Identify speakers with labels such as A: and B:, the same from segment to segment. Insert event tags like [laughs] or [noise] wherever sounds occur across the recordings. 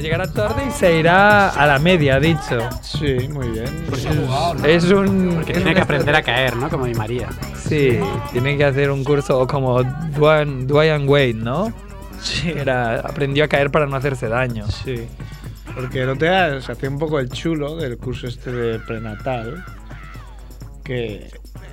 A: llegará tarde y se irá a la media, ha dicho.
B: Sí, muy bien.
A: Es un.
C: Que
A: es
C: tiene
A: una
C: que aprender a caer, ¿no? Como Di María.
A: Sí, tienen que hacer un curso o como Dwayne, Dwayne Wade, ¿no?
B: Sí.
A: Era, aprendió a caer para no hacerse daño.
B: Sí. Porque el otro día se hacía un poco el chulo del curso este de prenatal. Que.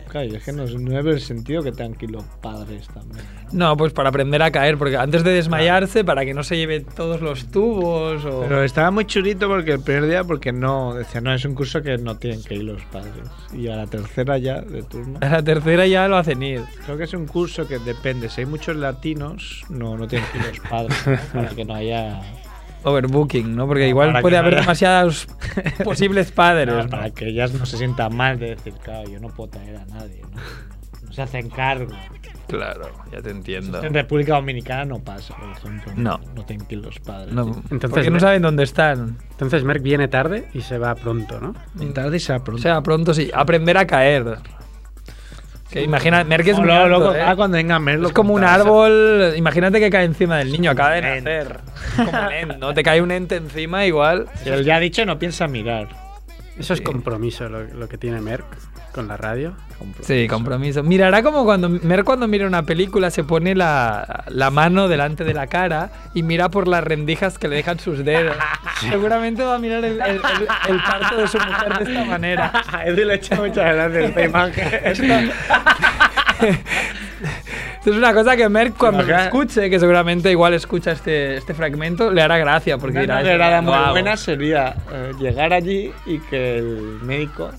B: Claro, yo es que no, no veo el sentido que tengan que ir los padres también.
A: No, pues para aprender a caer, porque antes de desmayarse, para que no se lleve todos los tubos o...
B: Pero estaba muy chulito porque el primer día, porque no. Decía, no, es un curso que no tienen que ir los padres. Y a la tercera ya de turno.
A: A la tercera ya lo hacen ir.
B: Creo que es un curso que depende. Si hay muchos latinos, no, no tienen que ir los padres. ¿no? Para que no haya.
A: Overbooking, ¿no? Porque
B: No,
A: igual
B: para
A: puede
B: que no
A: haber
B: haya-
A: demasiados posibles padres.
B: Nada,
A: ¿no?
B: para que ellas no se sientan mal de decir, claro, yo no puedo traer a nadie. No, no se hacen cargo.
A: Claro, ya te entiendo.
B: En República Dominicana no pasa, por ejemplo.
A: No.
B: No tienen que ir los padres.
A: No,
C: Entonces,
A: porque no
C: ve-
A: saben dónde están.
C: Entonces Merck viene tarde y se va pronto, ¿no?
B: Y tarde se
A: O
B: apronta.
A: sea, pronto sí, aprender a caer. Que imagina, Merck es muy alto, ¿eh?
B: Ah, cuando venga Mer lo
A: Es como un
B: contarás.
A: árbol. Imagínate que cae encima del niño, acaba de
B: un ente. [laughs]
A: nacer. Es como un ente, ¿no? Te cae un ente encima igual.
B: Si él ya ha dicho, no piensa mirar.
C: Eso es
A: Sí.
C: compromiso lo, lo que tiene Merck con la radio.
A: Sí, compromiso. Mirará como cuando Mer cuando mira una película se pone la, la mano delante de la cara y mira por las rendijas que le dejan sus
B: [laughs]
A: dedos. Seguramente va a mirar el, el- el- el parto de su mujer de esta manera.
B: [laughs] Edu le echa muchas gracias esta imagen.
A: Esto es una cosa que Merck cuando lo
B: Imagina-
A: escuche, que seguramente igual escucha este, este fragmento, le hará gracia [laughs] porque
B: Una
A: dirá...
B: novelada
A: "Lo
B: muy
A: hago".
B: buena sería eh, llegar allí y que el médico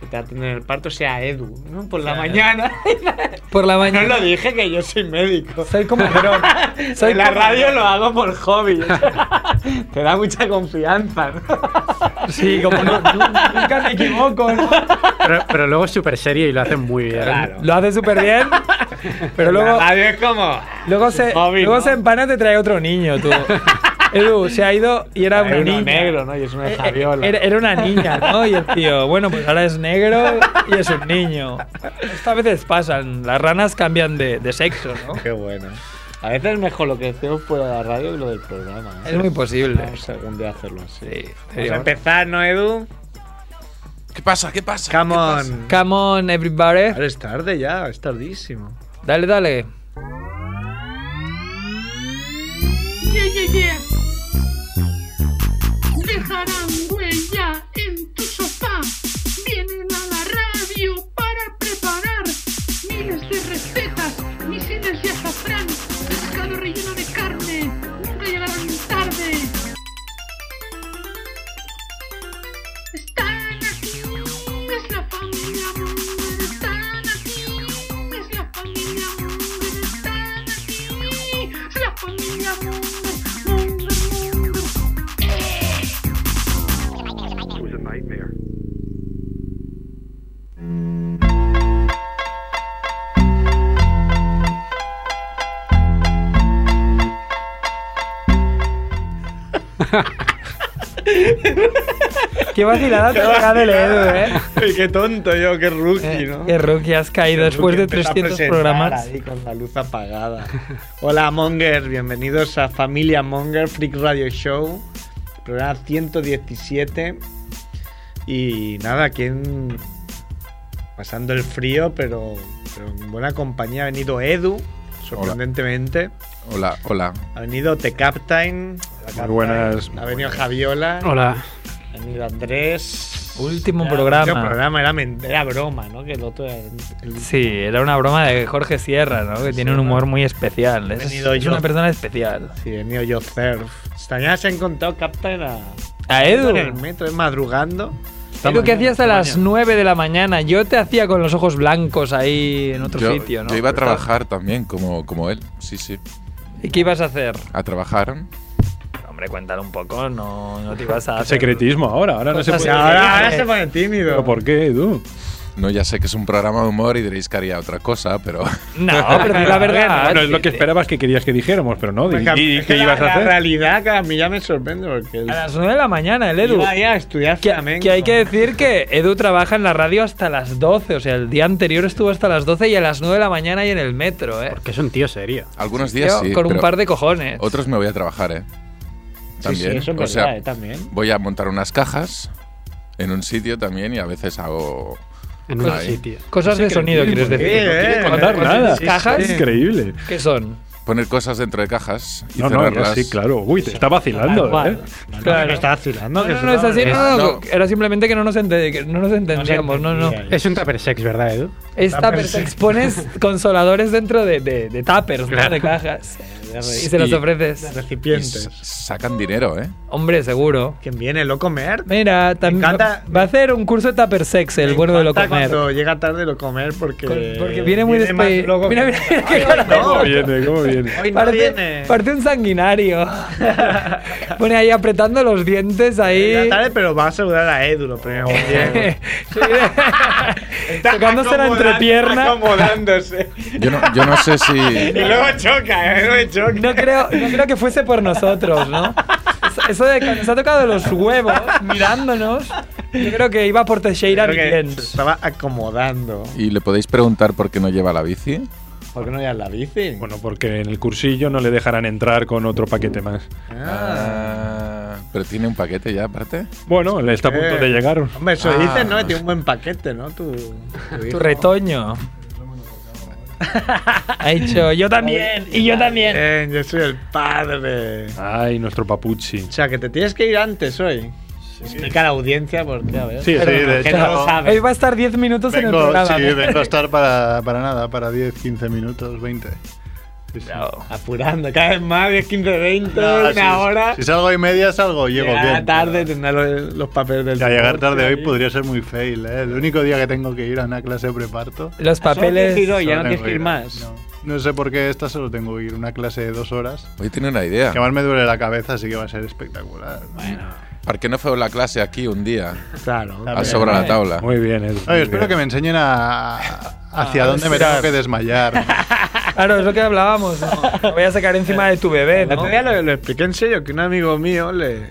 B: que te atiende en el parto sea Edu, ¿no? Por la mañana. [laughs]
A: Por la
B: no
A: mañana...
B: lo dije que yo soy médico.
A: Soy como...
B: [laughs]
A: Pero, soy
B: en la
A: como-
B: radio lo hago por
A: [laughs]
B: hobby. te da mucha confianza, ¿no?
A: Sí, como no- nu- nunca me equivoco, ¿no?
C: Pero, pero luego es súper serio y lo hacen muy bien.
B: Claro.
A: Lo hace súper bien, pero luego...
B: La radio es como.
A: Luego se,
B: móvil,
A: luego
B: ¿no?
A: se empana te trae otro niño, tú. Edu, se ha ido y era una
B: Hay uno
A: niña.
B: negro, ¿no? Y es una
A: Eh, eh,
B: javiola.
A: Era, era una niña, ¿no? Y el tío, bueno, pues ahora es negro y es un niño. Esto a veces pasan, las ranas cambian de, de sexo, ¿no?
B: Qué bueno. A veces es mejor lo que hacemos fuera de la radio que lo del programa. ¿eh?
A: Es muy posible.
B: Vamos a algún día hacerlo así.
A: Sí,
B: Vamos
A: sería
B: a empezar, ¿no, Edu?
D: ¿Qué pasa? ¿Qué pasa?
B: Come
D: ¿Qué pasa?
B: on.
A: Come on, everybody.
B: Ahora es tarde ya, es tardísimo.
A: Dale, dale.
E: Yeah, yeah, yeah. Dejarán huella en tu sofá. Vienen a la radio para preparar miles de recetas, misiles de azafrán, pescado relleno de carne. Nunca llegarán tarde. Están aquí, es la familia Munger. Están aquí, es la familia Munger. Están aquí, es la familia Munger. Munger, Munger.
A: Qué vacilada te ha del Edu, ¿eh?
B: [laughs] Ay, qué tonto yo, qué rookie, ¿no?
A: Qué rookie has caído después de
B: Empieza a
A: 300
B: presentar
A: programas.
B: ahí con la luz apagada. Hola, Mongers, bienvenidos a Familia Monger Freak Radio Show, programa 117. Y nada, aquí en- pasando el frío, pero, pero en buena compañía ha venido Edu, sorprendentemente.
D: Hola, hola.
B: Ha venido The Captain. Muy
F: buenas.
B: Ha venido Javiola.
C: Hola.
B: Ha venido Andrés.
A: Último
B: Era-
A: programa.
B: último programa era, men- era broma, ¿no? Que el otro. era- el-
A: Sí, era una broma de Jorge Sierra, ¿no? Que tiene un humor muy especial. Es,
B: venido
A: es
B: yo.
A: una persona especial.
B: Sí, el mío yo surf. Esta mañana se ha encontrado Captain a.
A: A Edu.
B: En el metro, es madrugando.
A: Edu, que hacías a
B: Esta
A: las
B: mañana.
A: 9 de la mañana. Yo te hacía con los ojos blancos ahí en otro
D: Yo,
A: sitio, ¿no?
D: yo iba a
A: Pero
D: trabajar también, como, como él. Sí, sí.
A: estaba- ¿Y qué ibas a hacer?
D: A trabajar.
A: Hombre, cuéntalo un poco. No, no te ibas a
F: [laughs] Qué
A: hacer...
F: secretismo ahora, ahora no se
A: Cosas
F: puede.
B: Sí, ahora, ahora
A: Eh,
B: se pone tímido.
F: ¿Pero por qué, Edu?
D: No, ya sé que es un programa de humor y diréis que haría otra cosa, pero [laughs]
A: No, pero
F: [laughs]
A: la verdad...
F: Bueno, es lo que esperabas que querías que dijéramos, pero no.
B: Porque
F: di-
B: a-
F: di-
B: es que
F: ¿Qué
B: la-
F: ibas a
B: La
F: hacer?
B: realidad que a mí ya me sorprende porque.
A: A las 9 de la mañana, el Edu.
B: Iba ahí a estudiar
A: Que,
B: flamenco.
A: que hay que decir que Edu trabaja en la radio hasta las 12. O sea, el día anterior estuvo hasta las 12 y a las 9 de la mañana y en el metro, ¿eh?
C: Porque es un tío serio.
D: algunos días
A: Yo,
D: sí.
A: con un
D: pero
A: par de cojones.
D: Otros me voy a trabajar, ¿eh? también.
B: eso es
D: o
B: verdad,
D: sea,
B: eh, también.
D: voy a montar unas cajas en un sitio también y a veces hago...
C: En un
D: Ahí.
C: sitio.
A: Cosas de sonido, quieres decir.
B: qué,
A: ¿no?
B: eh?
A: ¿Quieres
F: contar
A: cosas
F: nada.
A: en cajas?
F: Es increíble.
A: ¿Qué son?
D: Poner cosas dentro de cajas y
F: No, no, ya
D: cerrarlas.
F: sí, claro. Uy, te está vacilando, ¿eh?
A: Claro.
B: Claro. Está vacilando.
A: No,
B: que
A: no,
B: eso
A: no, es así, no, no,
D: No.
A: era simplemente que no nos, ente- que no nos entendíamos, no, no.
B: entendía.
C: Es un tupper sex, ¿verdad, Edu?
A: Es
B: Tupper
A: tupper
B: sex.
A: sex. Pones consoladores dentro de, de, de tuppers, ¿no? de cajas, y se los
D: Y-
A: ofreces.
D: Y
B: Recipientes.
D: s- sacan dinero, ¿eh?
A: Hombre, seguro.
B: ¿Quién viene? ¿Lo comer?
A: Mira, también
B: encanta-
A: va a hacer un curso de tupper sex, el
B: Me
A: bueno de lo
B: encanta
A: comer.
B: Cuando llega tarde lo comer porque.
A: Con- porque viene muy
B: más
A: despedido.
B: loco
A: Mira,
B: que-
A: mira, mira qué [laughs] cara de
B: no,
F: ¿Cómo
A: loco.
F: viene? ¿Cómo viene?
B: Hoy no
A: Parte,
B: viene.
A: parte un sanguinario.
B: [laughs]
A: Pone ahí apretando los dientes ahí.
B: Llega tarde, pero va a saludar a Edu lo
A: [laughs]
B: primero. Bien.
A: Sí. Tocándose la
B: Acomodan-
A: entrepierna. [laughs]
B: Acomodándose.
D: Yo no, yo no sé
B: Y
D: si...
B: luego choca, ¿eh? Luego choca.
A: No creo, no creo que fuese por nosotros, ¿no? Eso- Eso de que nos ha tocado los huevos mirándonos, yo creo que iba por Teixeira
B: Creo que
A: bien.
B: se estaba acomodando.
D: ¿Y le podéis preguntar por qué no lleva la bici?
B: ¿Por qué no llevas la bici?
F: Bueno, porque en el cursillo no le dejarán entrar con otro paquete más.
B: Ah.
D: Ah, Pero tiene un paquete ya, aparte.
F: Bueno, le está a punto
B: Eh.
F: de llegar.
B: Hombre, eso
D: Ah.
B: dices, ¿no? Tiene un buen paquete, ¿no? Tu, tu hijo.
A: Tu retoño. Ha dicho, yo también, y yo también.
B: Bien, yo soy el padre.
F: Ay, nuestro papuchi.
B: O sea, que te tienes que ir antes hoy. Explica a la audiencia porque, a ver.
F: Sí, sí, de
B: que no
F: hecho.
B: lo sabe.
A: Hoy va a estar 10 minutos en el
G: Vengo,
A: programa.
G: sí,
A: ¿no?
G: vengo a estar para, para nada, para 10, 15 minutos, 20. Sí, sí.
B: Apurando, cada vez más, 10, 15, 20,
G: Ah,
B: una
G: si-
B: hora.
G: Si salgo y media, salgo, llego
B: Llegar
G: bien.
B: tarde, tendrá los, los papeles del.
G: Ya llegar tarde
B: divorcio
G: hoy
B: ahí.
G: podría ser muy fail, ¿eh? El único día que tengo que ir a una clase de preparto.
A: Los
B: Solo tienes que ir
A: papeles.
B: hoy, ya no
G: solo
B: tienes que ir
G: tengo
B: más.
G: No, no sé por qué esta solo tengo que ir, una clase de dos horas.
D: Hoy tiene una idea.
G: Que más me duele la cabeza, así que va a ser espectacular.
D: ¿Por qué no fue la clase aquí un día?
B: Claro.
G: Claro.
D: A sobre la tabla.
F: Muy bien, Edu.
G: Oye, espero que me enseñen a, hacia dónde me tengo que desmayar.
B: [laughs]
A: Claro, Ah, es lo que hablábamos. ¿no? Lo voy a sacar encima de tu bebé,
B: El
A: ¿no?
B: otro día lo, lo expliqué en serio, que un amigo mío, le,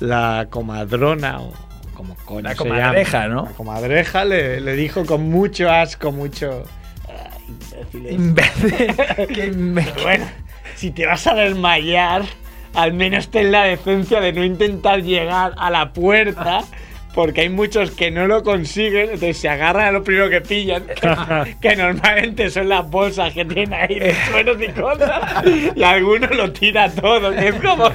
B: la comadrona, o como coño
A: La
B: se
A: comadreja,
B: llama,
A: ¿no?
B: La comadreja le, le dijo con mucho asco, mucho... "Ay, imbéciles".
A: Imbécil. Qué imbécil.
B: Bueno, si te vas a desmayar, al menos ten la decencia de no intentar llegar a la puerta, porque hay muchos que no lo consiguen, entonces se agarran a lo primero que
A: [laughs]
B: pillan, que, que normalmente son las bolsas que tienen ahí de sueros y cosas, y algunos lo tira todo, que es como...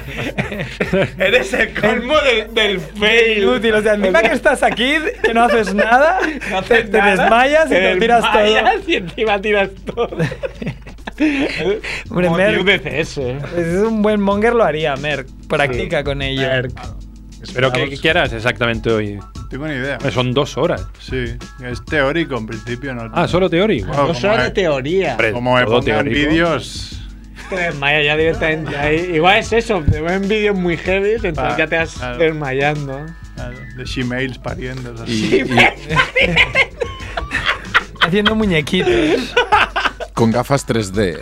B: Eres el colmo del, del fail.
A: Inútil, o sea, encima que estás aquí, que no haces nada,
B: [laughs] No
A: te,
B: haces
A: te
B: nada,
A: desmayas y te, tiras todo.
B: desmayas Y encima tiras todo.
A: [laughs] Hombre,
B: Como
A: Merck.
B: tío DCS, eh.
A: Pues es un buen monger, lo haría, Merck. Practica con ello.
F: Espero que ¿qué harás exactamente hoy.
G: Tengo una idea.
F: Son dos horas.
G: Sí, es teórico en principio. No
F: Ah, solo teórico.
G: Bueno,
B: No
G: como
B: solo de
G: es-
B: teoría.
F: Hombre,
G: Como me
F: todo
G: pongan
F: teórico.
G: vídeos.
B: Te desmayas ya directamente ahí. Igual es eso, te ven vídeos muy heavy, entonces
G: Ah,
B: ya te vas
G: claro.
B: desmayando.
G: claro, De Gmails pariendo. o sea,
D: Y, y
B: [laughs]
A: Haciendo muñequitos.
D: con gafas 3D.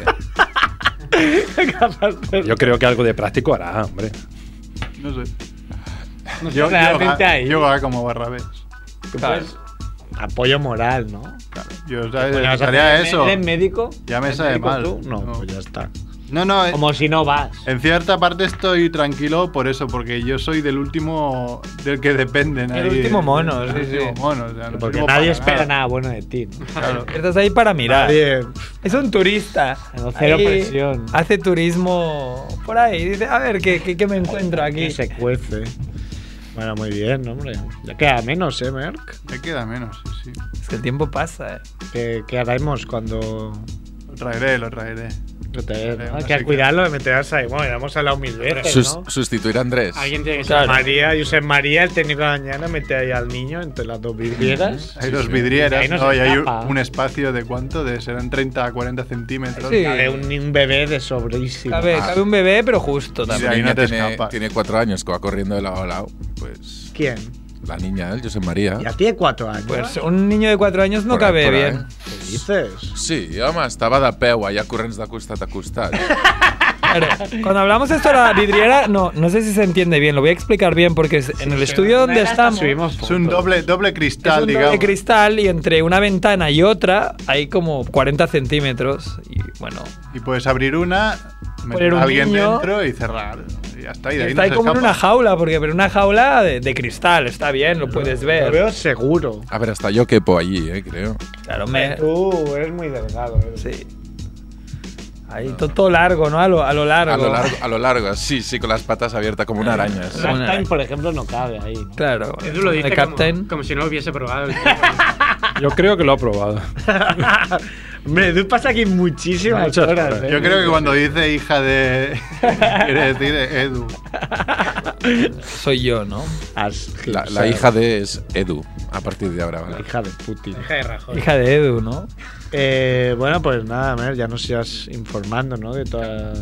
F: Yo creo que algo de práctico hará, hombre.
G: No [laughs] sé.
B: Yo, realmente ahí.
G: yoga como barrabés.
A: Claro.
B: Pues, Apoyo moral, ¿no?
G: Yo, ¿sabes?
B: Pues ya vas a
G: Haría
B: hacer-
G: eso.
B: ¿Eres médico?
G: Ya me
B: ¿Eres
G: sabe
B: médico
G: mal.
B: tú? No,
G: No.
B: pues ya está.
G: No, no, eh,
B: Como si no vas.
G: en cierta parte estoy tranquilo por eso, porque yo soy del último del que dependen.
A: El
G: ahí,
A: último
G: eh,
A: mono,
G: el
A: sí, sí.
G: último mono, o sea, no
B: Porque
G: sirvo
B: nadie
G: para
B: espera nada. bueno de ti. ¿no?
G: Claro.
A: Estás ahí para mirar.
B: Nadie.
A: Es un turista.
B: No, cero presión.
A: Hace turismo por ahí. Dice, a ver, ¿qué, qué, qué me encuentro
B: Que
A: aquí?
B: se cuece. Bueno, muy bien, hombre. Ya queda menos, ¿eh, Merck?
G: Me queda menos, sí, sí.
A: Es que el tiempo pasa, eh.
B: ¿Qué, qué haremos cuando
G: Lo traeré, lo traeré.
B: No te- no, hay
G: Así
B: que
G: que-
B: cuidarlo de meterse ahí. Bueno, ya hemos hablado mil veces,
D: Sus-
B: ¿no?
D: sustituir a Andrés.
C: Alguien tiene que ser.
A: Claro.
B: María, Josep María, el técnico de la mañana, mete ahí al niño entre las dos vidrieras.
G: Hay dos vidrieras,
B: Ahí no se
G: ¿no? Y hay un,
B: escapa.
G: un espacio de cuánto, de serán 30 a 40 centímetros.
A: Sí.
B: Cabe un, un bebé de sobrísimo.
A: Cabe, cabe un bebé, pero justo
D: Si
A: también.
D: la
G: ahí no
D: niña
G: te
D: tiene,
G: escapas.
D: tiene cuatro años que va corriendo de lado a lado, pues
B: ¿Quién?
D: la niña, el José María.
B: Ya tiene cuatro años.
A: Pues un niño de cuatro años no
D: Por
A: cabe
D: altura,
A: bien.
D: eh?
B: ¿Qué dices?
D: Sí, home, estava de peu allà corrents de costat a costat.
A: Claro, Cuando hablamos esto de la vidriera, no, no sé si se entiende bien. Lo voy a explicar bien porque es- en el estudio donde estamos
B: Subimos
G: Es un doble, doble
A: es
G: cristal,
A: un
G: digamos.
A: doble cristal y entre una ventana y otra hay como 40 centímetros. Y bueno,
G: Y puedes abrir una,
A: Poner
G: meter
A: un
G: a alguien
A: niño.
G: dentro y cerrar. Y ya está. Y de ahí
A: Está
G: no
A: ahí
G: se
A: como en
G: escapa.
A: una jaula, porque pero una jaula de, de cristal, está bien, lo puedes
B: Lo
A: ver.
B: veo seguro. Eh,
D: A ver, hasta yo quepo allí, eh, creo.
A: Claro, me,
B: Tú eres muy delgado. ¿eh? Edu.
A: sí. Ahí to- todo largo, ¿no? A lo, a lo largo.
D: A lo largo, a lo largo, sí, sí, con las patas abiertas como una araña. sí.
A: Bueno,
H: Time, por ejemplo, no cabe ahí.
A: Claro.
C: Edu lo dice
A: el
C: como-
A: captain.
C: Como, si no lo hubiese probado. [laughs]
F: Yo creo que lo ha probado.
B: Hombre, tú pasas aquí muchísimas
F: Muchas
B: horas.
F: horas.
B: ¿eh?
G: Yo creo que cuando dice hija de.
A: [laughs]
G: quiere decir Edu.
A: Soy yo, ¿no?
B: As-
D: La,
B: o
D: la
B: sea,
D: hija de es Edu, a partir de ahora. ¿vale?
B: hija de Putin.
A: Hija de
C: [laughs]
A: Edu, ¿no?
B: Eh, bueno, pues nada, Mer, ya nos ibas informando, ¿no? De todas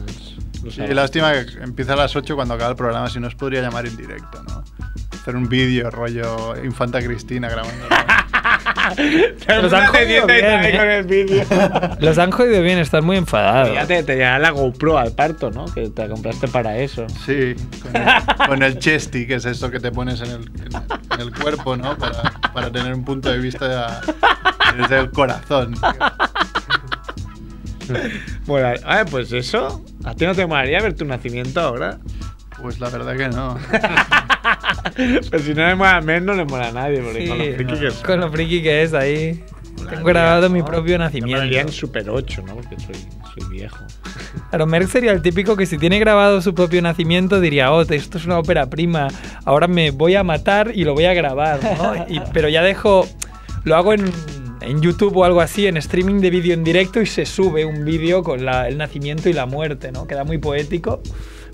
B: los
G: Sí, lástima que empieza a las 8 cuando acaba el programa, si no os podría llamar en directo, ¿no? Hacer un vídeo rollo Infanta Cristina grabando.
A: [laughs] Los han jodido bien, ¿eh?
B: con el vídeo.
A: Los han jodido bien, están muy
B: [laughs]
A: enfadados.
B: Fíjate, te llevará la GoPro al parto, ¿no? Que te la compraste para eso.
G: Sí, con el, con el chesty, que es esto que te pones en el, en- en el cuerpo, ¿no? Para, para tener un punto de vista desde el corazón.
B: Bueno, a ver, pues eso. ¿A ti no te molaría ver tu nacimiento ahora? [laughs]
G: Pues la verdad que no.
B: Pues si no le mola a Mer, no le mola a nadie, porque
A: Sí,
B: con los friki que son.
A: con lo friki que es ahí. Tengo grabado mi
B: Yo
A: propio
B: me molaría en
A: nacimiento.
B: Super 8, ¿no? Porque soy, soy viejo.
A: Claro, Merck sería el típico que si tiene grabado su propio nacimiento diría, oh, esto es una ópera prima, ahora me voy a matar y lo voy a grabar, ¿no? Y- pero ya dejo, lo hago en, en YouTube o algo así, en streaming de vídeo en directo y se sube un vídeo con la- el nacimiento y la muerte, ¿no? Queda muy poético,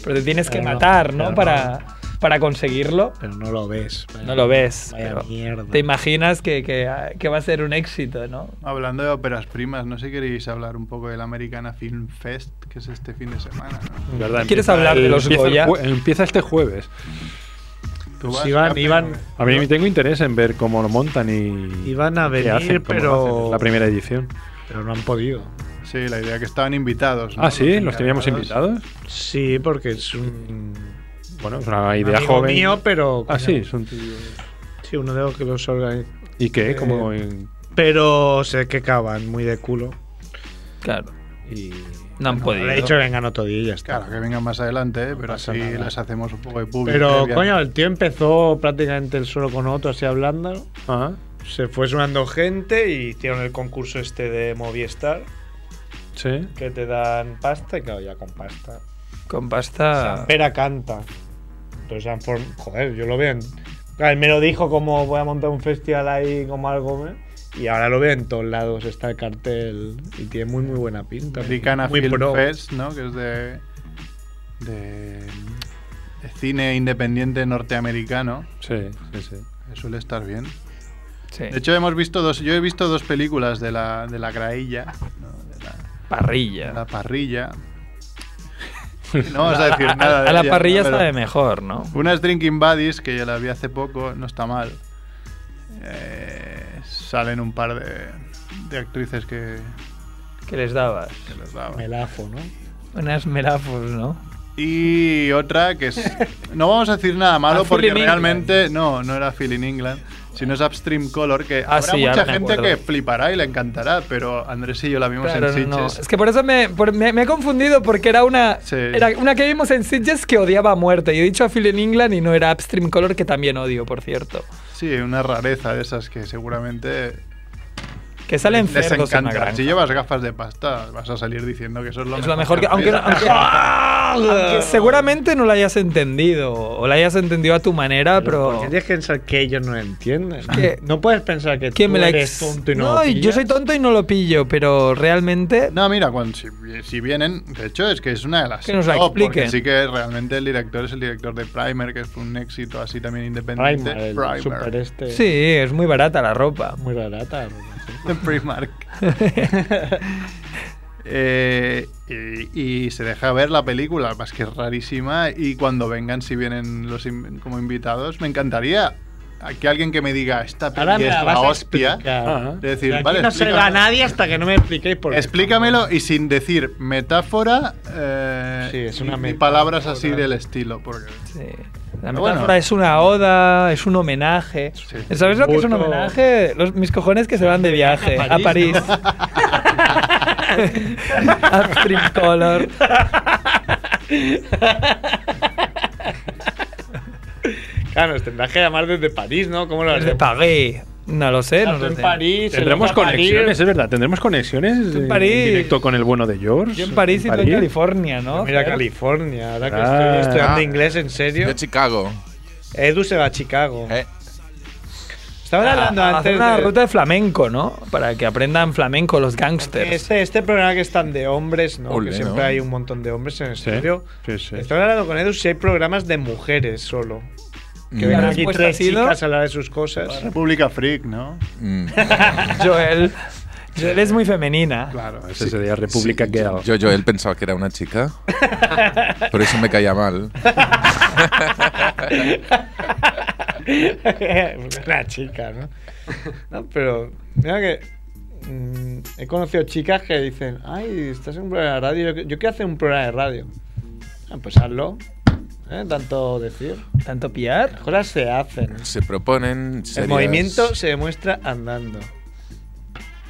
A: pero te tienes que
B: Pero no,
A: matar,
B: pero
A: ¿no?
B: no.
A: Para, para conseguirlo.
B: Pero no lo ves.
A: No lo ves.
B: Vaya
A: pero
B: mierda.
A: Te imaginas que, que- que va a ser un éxito, ¿no?
G: Hablando de óperas primas, no sé si queréis hablar un poco del Americana Film Fest, que es este fin de semana. ¿no?
F: ¿Verdad?
A: [laughs] ¿Quieres
F: empieza
A: hablar de
F: el-
A: los
F: empieza el
A: Goya?
F: jue- Empieza este jueves.
G: ¿Tú
B: Pues
G: vas,
B: iban,
F: Ah,
G: Capi?
B: iban,
F: A mí me tengo interés en ver cómo lo montan y.
B: Iban a
F: qué
B: venir,
F: hacen, cómo lo
B: pero-
F: hacen. La primera edición.
B: pero no han podido.
G: Sí, la idea que estaban invitados. ¿no?
F: Ah, sí, los teníamos
G: encargados.
F: invitados.
B: Sí, porque es un.
F: Bueno, es una idea
B: amigo
F: joven.
B: mío, pero.
F: Ah, sí, es un-
B: Sí, uno de los que los organiza.
F: ¿Y qué?
B: Eh,
F: Como en-
B: Pero sé que caban muy de culo.
A: Claro.
B: Y.
A: No han podido.
B: Le he dicho que vengan otro día y ya está.
G: Claro, que vengan más adelante, ¿eh? pero
B: pasa
G: así
B: nada.
G: les hacemos un poco de público.
B: Pero, coño, el tío empezó prácticamente el suelo con otro, así hablando.
F: Ah,
B: Se fue sumando gente y hicieron el concurso este de Movistar,
F: sí.
B: que te dan pasta y claro, ya con pasta.
A: Con pasta...
G: Ah.
B: Pera canta. Entonces, han form- joder, yo lo veo. en- Claro, él me lo dijo como voy a montar un festival ahí como algo. ¿eh? Y ahora lo veo en todos lados, está el cartel y tiene muy, muy buena pinta.
G: Americana
B: muy
G: Film
B: pro.
G: Fest, ¿no? Que es de, de, de cine independiente norteamericano.
F: Sí, sí, sí.
G: que Suele estar bien.
A: Sí.
G: De hecho, hemos visto dos. Yo he visto dos películas de la, de la grailla, ¿no? de, la,
A: Parrilla.
G: de la
A: [laughs]
G: parrilla. No vamos a decir
A: A-
G: nada.
A: a,
G: de
A: la
G: ella,
A: parrilla
G: ¿no? Pero
A: sabe mejor, ¿no?
G: Una es Drinking Buddies, que ya la vi hace poco, no está mal. Eh, salen un par de, de actrices que,
A: Que les dabas.
G: que les daba.
B: Melafo, ¿no?
A: Unas melafos, ¿no?
G: Y otra que es. No vamos a decir nada malo
A: [laughs] Ah,
G: porque
A: Feeling
G: realmente. No, no era Feeling England, sino es Upstream Color, que
A: Ah,
G: habrá
A: sí, ahora
G: mucha
A: me
G: gente
A: acuerdo.
G: que flipará y le encantará, pero Andrés y yo la vimos
A: Claro,
G: en Sitges.
A: no. Es que por eso me, por- me, me he confundido, porque era una,
G: Sí.
A: era una que vimos en Sitges que odiaba a muerte. Y he dicho a Phil in England y no era Upstream Color, que también odio, por cierto.
G: Sí, una rareza de esas que seguramente
A: Que salen
G: les
A: cerdos en una
G: encanta.
A: granja.
G: Si llevas gafas de pasta, vas a salir diciendo que eso es lo
A: es
G: mejor.
A: lo mejor que...
G: la
A: Aunque,
G: vida.
A: aunque-
G: [laughs]
A: aunque seguramente no la hayas entendido, o la hayas entendido a tu manera, pero...
B: ¿Por qué tienes que pensar que ellos no entienden?
A: que-
B: Eh, no puedes pensar que
A: ¿Quién
B: tú
A: me la
B: eres
A: ex-
B: tonto y no, lo
A: yo
B: pillas.
A: soy tonto y no lo pillo, pero realmente...
G: No, mira, cuando, si, si vienen, de hecho es que es una de las...
A: Que nos la
G: top, porque
A: expliquen.
G: Sí que realmente el director es el director de Primer, que fue un éxito así también independiente.
B: Primer, el super este.
A: Sí, es muy barata la ropa.
B: Muy barata. ¿no? Sí.
G: de [laughs] Primark. Eh, y, y se deja ver la película, más que es rarísima. Y cuando vengan, si vienen los in- como invitados, me encantaría a que alguien que me diga esta peli
B: Ahora me
G: es
B: la
G: la
B: vas a
G: hostia.
B: explicar.
F: Ah.
G: De
B: De
G: decir,
B: aquí
G: vale,
B: no se
G: explícame-
B: va nadie hasta que no me expliquéis por qué.
G: explícamelo y sin decir metáfora eh,
B: Sí, es una
G: ni- ni
B: metáfora.
G: palabras así del estilo. Porque
A: Sí. La
G: Pero
A: metáfora
G: bueno.
A: es una oda, es un homenaje. ¿Sabes lo que es un
B: Puto.
A: homenaje? Los- mis cojones que se van de viaje a
B: A París,
A: París. [laughs] Upstream Color.
B: Claro, nos tendrás que llamar desde París, ¿no? ¿Cómo lo
A: Desde
B: haremos?
A: París. No lo sé, no
B: Estás
A: lo
B: en
A: sé.
B: París,
F: Tendremos
B: en otra París.
F: conexiones, es verdad. Tendremos conexiones
A: En
F: eh,
A: París.
F: directo con el bueno de George.
A: Yo en París y tú en California, ¿no?
B: Mira California, ahora que
F: Ah.
B: estoy estudiando inglés en serio.
D: Yo Chicago.
B: Edu se va a Chicago.
D: Eh,
B: Estaban hablando
A: Ah, hacer
B: antes
A: una
B: de-
A: ruta de flamenco, ¿no? Para que aprendan flamenco los gangsters.
B: Este, este programa que están de hombres, ¿no?
D: Ole,
B: que siempre
D: ¿no?
B: hay un montón de hombres en el
F: Sí,
B: estudio.
F: sí, sí.
B: Estaban hablando con Edu si hay programas de mujeres solo. Que ven
A: La
B: aquí
A: respuesta
B: tres
A: ha sido-
B: chicas a hablar de sus cosas.
G: República Freak, ¿no?
B: [laughs]
D: mm, mm.
A: Joel. Joel es muy femenina.
G: Claro.
F: Ese
G: sí.
F: sería República
D: Sí,
F: Girl.
D: Yo, yo, él pensaba que era una
B: [laughs]
D: chica. Por eso me caía mal.
B: [laughs] Una chica, ¿no? No, pero mira que mm, he conocido chicas que dicen, ay, estás en un programa de radio, yo, yo quiero hacer un programa de radio. Ah, pues hazlo. ¿eh? Tanto decir.
A: Tanto pillar.
B: Las cosas se hacen.
D: Se proponen.
B: El
D: serias-
B: movimiento se demuestra andando.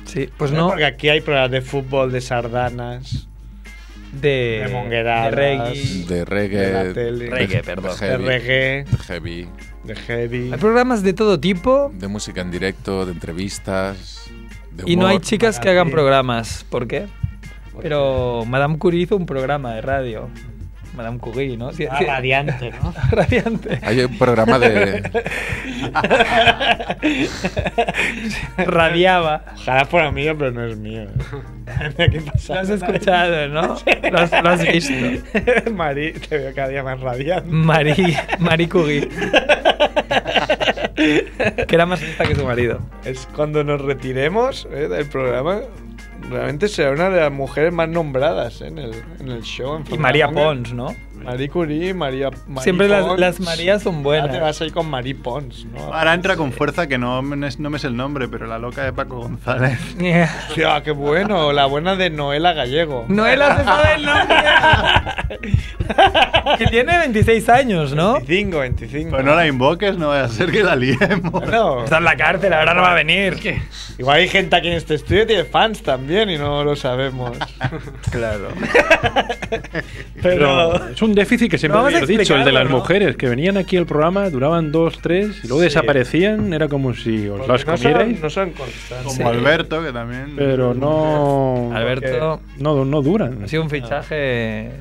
A: Sí, pues
B: No.
A: no.
B: Porque aquí hay programas de fútbol, de sardanas,
A: De,
B: de
A: de
B: mongueradas,
A: reggae.
D: De
B: de
D: reggae.
B: la tele,
A: Reggae,
D: De
A: perdón.
B: de
D: heavy,
B: reggae,
D: de heavy,
B: de heavy.
A: Hay programas de todo tipo
D: de música en directo, de entrevistas. De
A: y no hay
D: humor.
A: chicas que hagan programas. ¿Por qué? Pero Madame Curie hizo un programa de radio. Madame Curie, ¿no? Sí,
B: Ah,
A: sí.
B: radiante, ¿no?
A: [laughs] Radiante.
D: Hay un programa
A: [laughs]
D: de.
A: Radiaba.
B: [laughs] Ojalá fuera mío, pero no es mío. Mira [laughs] ¿Qué pasa?
A: Lo has escuchado, ¿no? Lo has, lo has visto.
B: [laughs] Mari, te veo cada día más
A: Mm.
B: radiante.
A: Marie, Marie Curie, que era más lista que su marido.
B: Es cuando nos retiremos ¿eh? del programa. Realmente será una de las mujeres más nombradas ¿eh? en, el, en el show. en
A: Y
B: Fórmula
A: María
B: Munger.
A: Pons, ¿no?
B: Marie Curie, Pues María. Marie
A: Siempre las,
B: Pons.
A: las Marías son
B: Ahora te
A: [laughs] buenas.
B: vas a ir con Marie Pons, ¿no?
G: Ahora entra con fuerza que no, me- no me es el nombre, pero la loca de Paco [laughs] González.
B: Hostia, qué bueno. La buena de Noela Gallego.
A: Noela se sabe el nombre. [laughs] que tiene 26 años, ¿no?
B: 25, 25.
G: Pero Pues no la invoques, no vaya a ser que la liemos.
B: [laughs] Bueno,
A: Está en la cárcel, ahora no va a venir.
B: igual hay gente aquí en este estudio que tiene fans también y no lo
F: [laughs]
B: sabemos.
A: Claro.
B: Pero.
F: es un déficit que siempre
A: Vamos a
F: había dicho, el de las
A: explicarlo, ¿no?
F: mujeres, que venían aquí al programa, duraban dos, tres, y luego
B: Sí.
F: desaparecían, era como si os
B: porque
F: las
B: no son,
F: comierais,
B: no son constantes.
G: Como
A: Sí.
G: Alberto, que también.
F: pero no,
A: Alberto
F: no, no duran.
A: ha sido un fichaje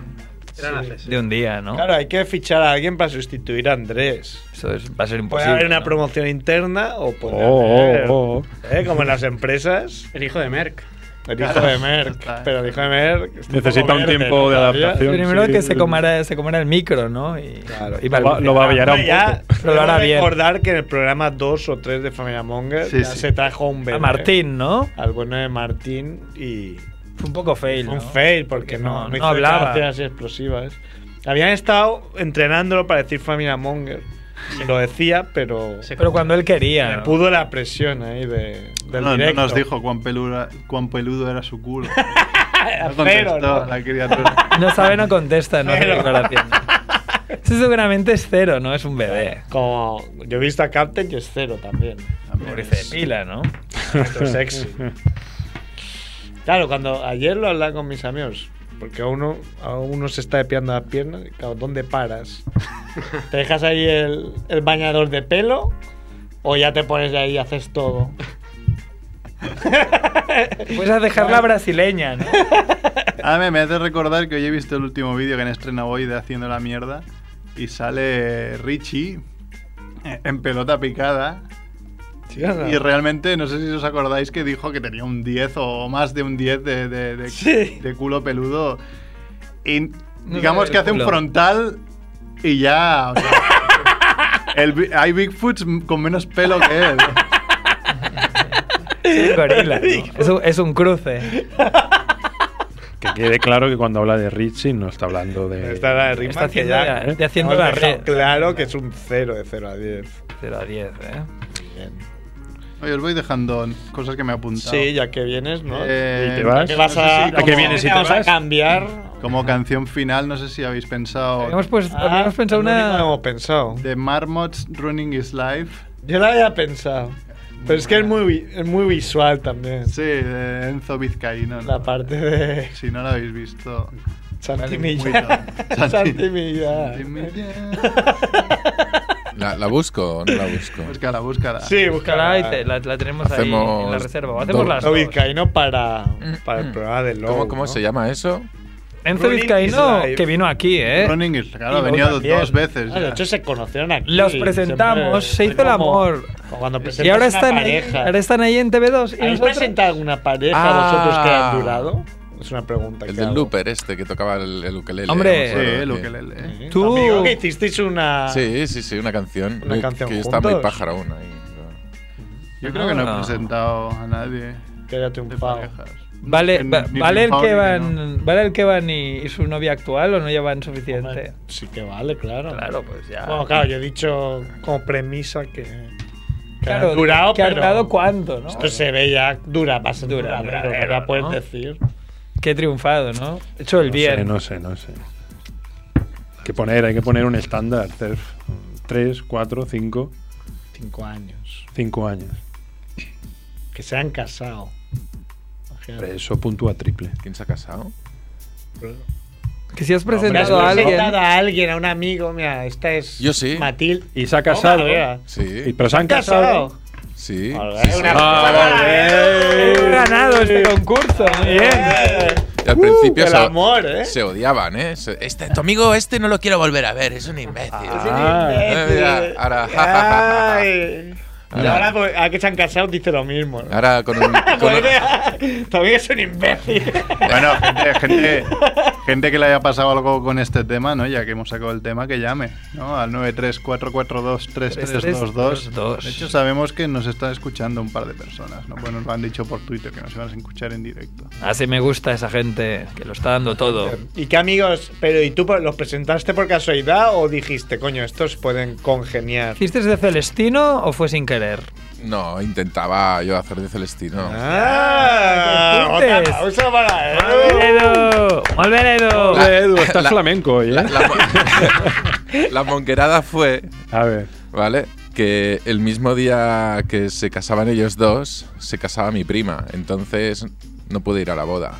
A: de un día, ¿no?
B: Claro, hay que fichar a alguien para sustituir a Andrés.
A: Eso es- va a ser
B: Puede
A: imposible.
B: haber una
A: ¿no?
B: promoción interna o
F: Oh,
B: puede haber,
F: oh, oh.
B: ¿eh? como en las empresas,
C: El hijo de Merck.
B: el hijo de Merck.
G: Está,
B: Pero el hijo de Merck está
F: Necesita
B: poco
F: un
B: verde,
F: tiempo
B: ¿no?
F: de
B: Todavía.
F: adaptación.
A: Primero
F: Sí,
A: que
F: sí,
A: se
F: sí.
A: comiera, se comiera el micro, ¿no? Y,
B: Claro.
A: y
F: Lo va- lo babeará un
B: Pero ya,
F: poco.
A: Pero lo hará
B: debo
A: bien.
B: recordar que en el programa 2 o 3 de Familia Monger
G: Sí,
B: ya
G: sí.
B: se trajo un bebé.
A: a Martín, ¿no?
B: Al bueno de Martín y
A: Fue un poco fail.
B: un
A: ¿no?
B: fail porque no,
A: No,
B: no
A: no
B: hizo
A: hablaba.
B: declaraciones así explosivas. Habían estado entrenándolo para decir Familia Monger. Lo decía, pero
C: Se-
A: Pero cuando él quería.
B: le
A: ¿no?
B: pudo la presión ahí de,
G: No,
B: del
G: no
B: directo.
G: nos dijo cuán, pelura- cuán peludo era su
B: [laughs]
G: culo. No
B: Cero,
G: contestó
B: ¿no?
G: la criatura.
A: No sabe, no contesta, no hace
B: Cero.
A: declaración. Eso seguramente es cero, ¿no? Es
B: [laughs]
A: un bebé.
B: Como yo he visto a Captain que es cero también.
G: También
A: Pobrece de pila, ¿no?
B: Pero sexy. Claro, cuando ayer lo hablaba con mis amigos, porque a uno, a uno se está depiando las piernas, y claro, ¿dónde paras? ¿Te dejas ahí el, el bañador de pelo o ya te pones ahí y haces todo?
A: Puedes Pues a dejarla brasileña, ¿no?
G: Ah, me, me hace recordar que hoy he visto el último vídeo que han estrenado hoy de Haciendo la Mierda y sale Richie eh, en pelota picada.
B: ¿Sí o no?
G: Y realmente, no sé si os acordáis que dijo que tenía un 10 o más de un 10 de, de- de-
B: Sí.
G: de culo peludo. Y
A: No
G: digamos
A: sabe
G: que
A: el
G: hace un
A: culo.
G: frontal y ya. o sea,
A: [laughs]
G: el bi- hay Bigfoots con menos pelo que él.
A: Es un
B: [laughs]
A: gorila. ¿no? Es, un, es un cruce.
F: Que quede claro que cuando habla de Richie no está hablando de...
B: Esta era de Eh, rima
A: Está
B: que
A: haciendo
B: ya,
A: la- está haciendo
B: hemos
A: la
B: dejado
A: red.
B: Claro que es un cero de 0 a 10.
A: 0 a 10, ¿eh?
G: Oye, os voy dejando cosas que me he apuntado.
B: Sí, ya que vienes, ¿no?
G: Eh,
F: ¿Y te vas?
B: ¿Qué vas
G: no sé
B: a,
G: si
F: ¿A qué
G: como-
F: vienes y te
B: vamos
F: vas?
B: a cambiar?
G: Como canción final, no sé si habéis pensado.
A: Habíamos, pues,
B: Ah,
A: [laughs] habíamos pensado
B: lo único que
A: una.
B: hemos pensado.
G: The Marmots Running Is Life.
B: Yo la había pensado. Pero es que es muy, vi- es muy visual también.
G: Sí, de Enzo Vizcaíno. ¿no?
B: La parte de
G: Si no la habéis visto.
B: Santi
G: Vale, muy
B: [laughs] Millán. Ah.
G: bien. Santi-
B: [laughs] Santi Millán.
G: Santi Millán.
D: ¿La, la busco o no la busco?
G: Búscala, búscala.
B: Sí,
A: Búscala
B: búscala.
A: y te- la, la tenemos ahí en la
D: Hacemos
A: reserva. O hacemos
D: do-
A: las
B: Enzo
A: dos.
B: Vizcaíno para,
A: Mm,
B: para el programa del Lobo.
D: ¿Cómo, cómo
B: ¿no?
D: se llama eso?
A: Enzo
B: Running
A: Vizcaíno,
B: is life.
A: que vino aquí, ¿eh?
G: Running is- claro, ha
B: Y
G: venido
B: luego también.
G: dos veces.
B: Ah, de
G: ya.
B: hecho, se conocieron aquí.
A: Los presentamos, se hizo
B: fue
A: el
B: como-
A: amor.
B: como Cuando presentas
A: Y ahora
B: una
A: están, ahí,
B: pareja.
A: ahora están ahí en TV2. Y
B: ¿Habéis
A: nosotros-
B: presentado alguna pareja
D: Ah.
B: vosotros que hayan durado? Es una pregunta.
D: El
B: que
D: del
B: hago.
D: Looper este que tocaba el, el ukelele.
A: Hombre.
D: no
G: Sí,
D: me acuerdo,
G: el ukelele.
B: Ujú.
A: Tú-
B: Amigo, que hicisteis una.
D: Sí, sí, sí, una canción.
B: Una
D: Que-
B: canción
D: que está muy
B: juntos.
D: pájaro aún ahí.
G: Yo creo que no
A: Ah.
G: he presentado a nadie
B: Que haya
G: de
B: triunfado.
G: parejas.
A: Vale,
G: Ni-
A: va-
G: ni
A: vale, el
G: triunfado
A: que
G: ni
A: van,
G: no.
A: ¿Vale el que van y, y su novia actual o no llevan
B: Hombre,
A: suficiente?
B: Sí que vale, claro.
A: Este. Claro, pues ya.
B: Bueno, claro, yo he dicho como premisa que. que
A: Claro,
B: han durado,
A: que han
B: pero
A: dado cuánto, ¿no?
B: Esto se ve ya dura, más
A: Dura,
B: dura,
A: duradero,
B: no la puedes
A: ¿no?
B: decir.
A: Qué triunfado, ¿no? Hecho el
F: No
A: bien.
F: sé, no sé, no sé. Hay que poner, hay que poner un estándar. ter- Tres, cuatro, cinco,
B: Cinco años.
F: cinco años.
B: Que se han casado.
F: Pero
B: Imagínate.
F: Eso puntúa triple.
D: ¿Quién se ha casado?
A: Que si has
B: Pero has
A: presentado a alguien.
B: presentado a alguien, a un amigo, mira, esta es
D: Yo sí.
B: Matilde.
F: Y se ha
B: Casado,
F: casado. Y-
D: Sí,
F: pero se han casado.
B: Casado.
D: sí.
B: Vale,
D: sí, Ah, sí.
B: una- ¿eh?
A: He ganado este concurso. Muy bien.
D: Y al principio
B: el
D: se,
B: amor, ¿eh?
D: se odiaban, ¿eh? Se- Este, tu amigo este no lo quiero volver a ver, es un imbécil.
F: Ah,
D: Eh, mira, ahora, ja, ja, ja, ja, ja.
B: Ay. Y
D: Ahora-
B: ahora, pues, ahora que se han casado, dice lo mismo. ¿no?
D: Ahora con
B: [laughs]
D: un. con un-
B: Vuelve a- También es un
D: [laughs]
B: imbécil.
G: Bueno, gente, gente, gente que le haya pasado algo con este tema, ¿no? Ya que hemos sacado el tema, que llame, ¿no? Al 934423322. De hecho, sabemos que nos están escuchando un par de personas, ¿no? Pues nos lo han dicho por Twitter, que nos van a escuchar en directo.
A: Así me gusta esa gente que lo está dando todo.
B: ¿Y qué amigos? Pero ¿y tú por- los presentaste por casualidad o dijiste, coño, estos pueden congeniar?
A: ¿Hiciste de Celestino o fue sin querer?
D: No, intentaba yo hacer de Celestino.
B: Ah,
A: ¿qué
B: otra
A: dices?
B: pausa para él. Ah,
A: ¡Edu! ¡Volver, Edu!
D: La-
F: Edu, estás
D: la-
F: flamenco hoy, ¿eh?
D: La, mon- [laughs] la monquerada fue,
F: A ver.
D: ¿vale? Que el mismo día que se casaban ellos dos, se casaba mi prima. Entonces no pude ir a la boda.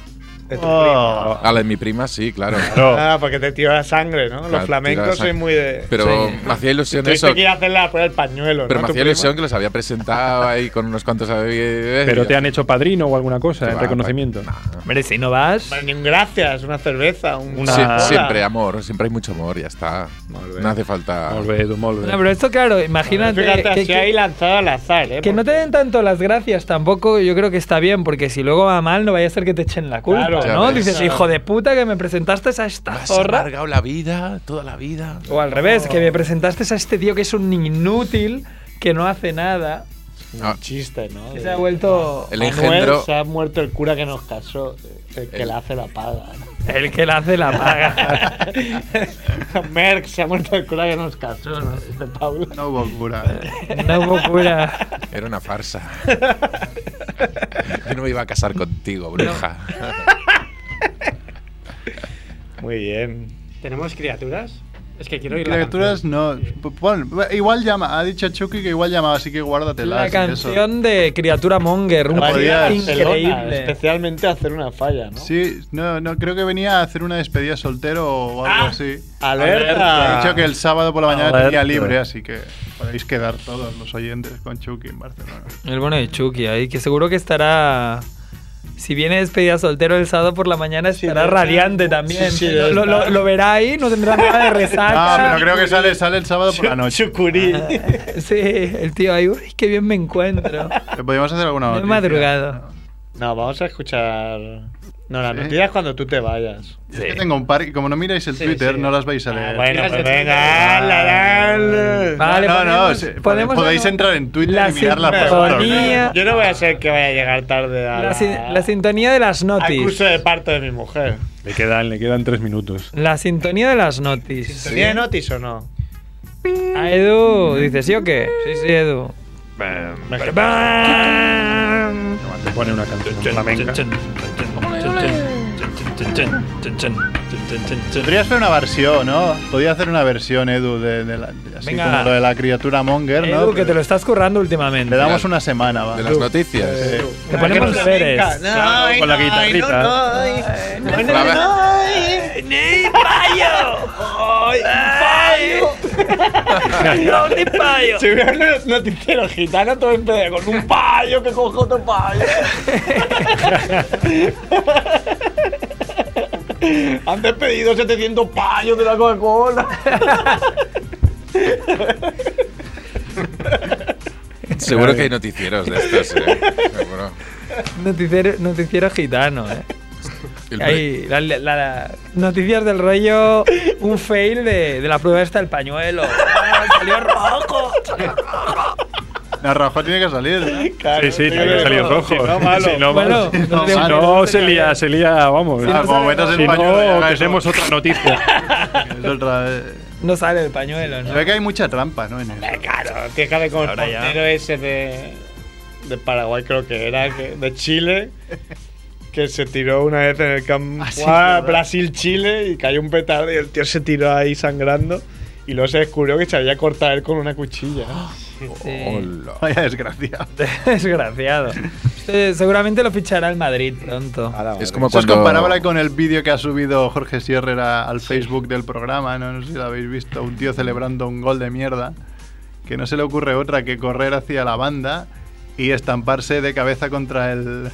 B: Oh.
D: A la de mi prima sí, claro.
B: Ah, porque te tiró la sangre, ¿no? Los
D: Claro, tira la
B: flamencos
D: sangre.
B: soy muy de.
D: Pero me hacía ilusión
B: Tuviste
D: eso.
B: que ir a hacerla por el pañuelo, ¿no?
D: Pero me
B: Tu
D: hacía
B: prima.
D: ilusión que los había presentado ahí con unos cuantos.
F: Pero
D: Pero
F: te han hecho padrino o alguna cosa
D: Qué
F: en
D: va,
F: reconocimiento.
A: Hombre, si no vas.
B: Bueno, ni un gracias, una cerveza, un- una.
F: Sí,
B: cola.
D: Siempre amor, siempre hay mucho amor, ya está.
F: Molt bé.
D: No hace falta.
F: Molt bé, Edu, molt bé.
A: No, pero esto, claro, imagínate.
B: Fíjate,
A: que-
B: así
A: que-
B: ahí lanzado al azar, ¿eh?
A: Que no te den tanto las gracias tampoco, yo creo que está bien, porque si luego va mal, no vaya a ser que te echen la culpa,
B: Claro,
D: ya
A: ¿no?
D: ves.
A: Dices, hijo de puta, que me presentaste a esta
D: Has
A: zorra.
D: alargado la vida, toda la vida.
A: O al revés, que me presentaste a este tío que es un inútil, que no hace nada,
D: Ah,
B: Un chiste, ¿no?
A: que se ha vuelto
D: El
B: Manuel,
D: engendro.
B: Se ha muerto el cura que nos casó, el que
D: El-
B: la hace la paga. ¿no?
A: el que la hace la paga.
B: [laughs] Merck, se ha muerto el cura que nos casó, ¿no? Dice Pablo.
G: No hubo cura. ¿eh?
A: [laughs] Una locura.
D: Era una farsa. [laughs] Yo no me iba a casar contigo, bruja.
B: Muy bien.
C: ¿Tenemos criaturas? Es que quiero ir la
G: Criaturas
C: canción.
G: no. Bueno, igual llama. Ha dicho Chucky que igual llamaba, así que guárdatela.
A: La canción de Criatura Monger, un
G: La
A: podcast
G: podías-
A: increíble.
B: Especialmente hacer una falla, ¿no?
G: Sí, no, no, creo que venía a hacer una despedida soltero o algo así.
B: alerta.
G: Ha dicho que el sábado por la mañana
F: Alerta.
G: tenía libre, así que podéis quedar todos los oyentes con Chucky en Barcelona.
A: El bueno de Chucky ahí, que seguro que estará. Si viene despedida soltero el sábado por la mañana, estará
B: debe-
A: radiante también.
B: Sí, sí,
A: lo, lo-
B: está.
A: lo verá ahí, no tendrá nada [laughs] de resaca.
G: Ah, pero creo que sale, sale el sábado por la noche.
B: Chucurí.
A: Sí, el tío ahí, uy, qué bien me encuentro.
G: ¿Le podríamos hacer alguna
A: No he
G: noticia?
A: madrugado.
B: No, vamos a escuchar. No, la
G: ¿Sí?
B: noticia es cuando tú te vayas.
G: Es que tengo un par y como no miráis el
C: Sí,
G: Twitter,
C: sí.
G: no las vais a leer.
B: Ah, bueno,
C: Tiras
B: pues
C: de
B: venga,
C: Twitter.
B: dale, dale.
A: Va, Vale,
G: no, no,
A: podemos-
G: sí, pode-
A: podemos-
G: podéis
A: no.
G: entrar en Twitter
A: La
G: y mirar las
A: sintonía.
B: Yo no voy a ser que vaya a llegar tarde a
A: La, sin- la sintonía de las
B: al curso de
A: notis.
B: parto de mi mujer.
F: Le quedan, le quedan tres minutos.
A: La sintonía de las notis.
B: ¿Tenía notis o no?
A: A Edu, dices, ¿sí o qué? Sí, sí, Edu.
F: Te pone una canción flamenca.
G: Podría hacer una versión, ¿no? Podría hacer una versión, Edu, de, de la, de- así
A: Venga.
G: como lo de la criatura Monger, ¿no?
A: Edu, que te lo estás currando últimamente.
G: Le damos una semana, va.
D: De las noticias.
G: Sí.
A: Te ponemos deberes.
B: No,
F: con la guitarrita.
D: La-
B: ¡Ay, fallo!
A: [laughs]
B: Si veo un noticiero gitano, todo empieza con un payo que coge otro payo.
F: [laughs]
B: Han despedido 700 payos de la Coca-Cola.
D: Seguro que hay noticieros de estos, ¿eh? Seguro.
A: Noticiero, noticiero gitano, ¿eh?
D: El pre-
A: Ahí, la- la- la- noticias del rollo, un fail de, de la prueba esta del pañuelo. Ah, salió rojo.
G: La Rafa tiene que salir, ¿eh? ¿no?
F: Sí, sí, tiene que
B: no,
F: salir
B: no,
F: rojo.
B: si no, malo.
F: Si no,
A: Bueno,
F: si
G: no,
A: tenemos-
G: malo.
F: no, se lía, se lía, vamos.
G: Ah, como metas el
F: si
G: pañuelo, ya,
F: no,
G: claro.
F: que seamos otra [laughs] noticia.
G: Es otra- eh,
A: No sale el pañuelo,
G: Se
A: ¿no?
G: ve que hay mucha trampa, ¿no? En eso.
B: Eh, Claro, tiene que haber como el
A: Ahora ya.
B: portero ese de, de Paraguay, creo que era, que- de Chile, que se tiró una vez en el campo
G: Ah, sí,
B: ah,
G: verdad.
B: Brasil-Chile y cayó un petardo y el tío se tiró ahí sangrando y luego se descubrió que se había cortado él con una cuchilla.
A: Sí.
D: Hola.
G: Vaya desgracia.
A: [laughs] Desgraciado. Este seguramente lo fichará el Madrid pronto.
F: Ah,
D: Es como
G: Eso es
D: cuando...
G: comparable con el vídeo que ha subido Jorge Sierra al Facebook del programa, ¿no? no sé si lo habéis visto, un tío celebrando un gol de mierda, que no se le ocurre otra que correr hacia la banda y estamparse de cabeza contra
A: [laughs]
G: el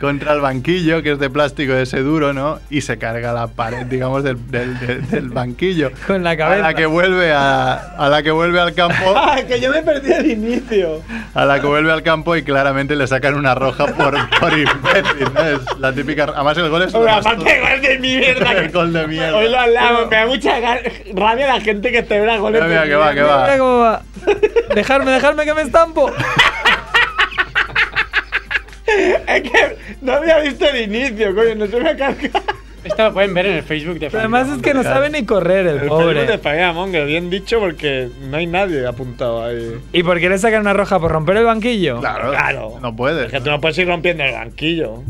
G: contra el banquillo, que es de plástico ese duro, ¿no? Y se carga la pared, digamos, del, del- del- del banquillo.
A: Con la
G: A
A: cabeza.
G: la que vuelve a, a la que vuelve al campo,
A: [laughs]
B: ¡Ah, que yo me perdí el inicio!
G: a la que vuelve al campo y claramente le sacan una roja por, por imbécil, ¿no? Es la típica. Además el gol es
B: Hombre,
G: además
B: aparte de gol de mierda.
G: [laughs] El gol de mierda.
B: Hoy lo hablamos, me da mucha gar- rabia la gente que celebra goles
G: Mira, mira,
B: de
G: que va, que
B: mierda.
A: Mira
G: va.
A: cómo va. Dejarme, dejarme que me estampo.
B: [laughs] Es que no había visto el inicio, coño, no se me ha cargado.
C: Esto lo pueden ver en el Facebook de
A: Pero además es que no sabe ni correr el
B: El Facebook de
A: pobre.
B: España Monger, bien dicho, porque no hay nadie apuntado ahí.
A: ¿Y por qué le sacan una roja? ¿Por romper el banquillo?
G: Claro,
B: Claro.
G: No
B: Es que
G: puedes.
B: tú no puedes ir rompiendo el
A: [laughs]
B: banquillo.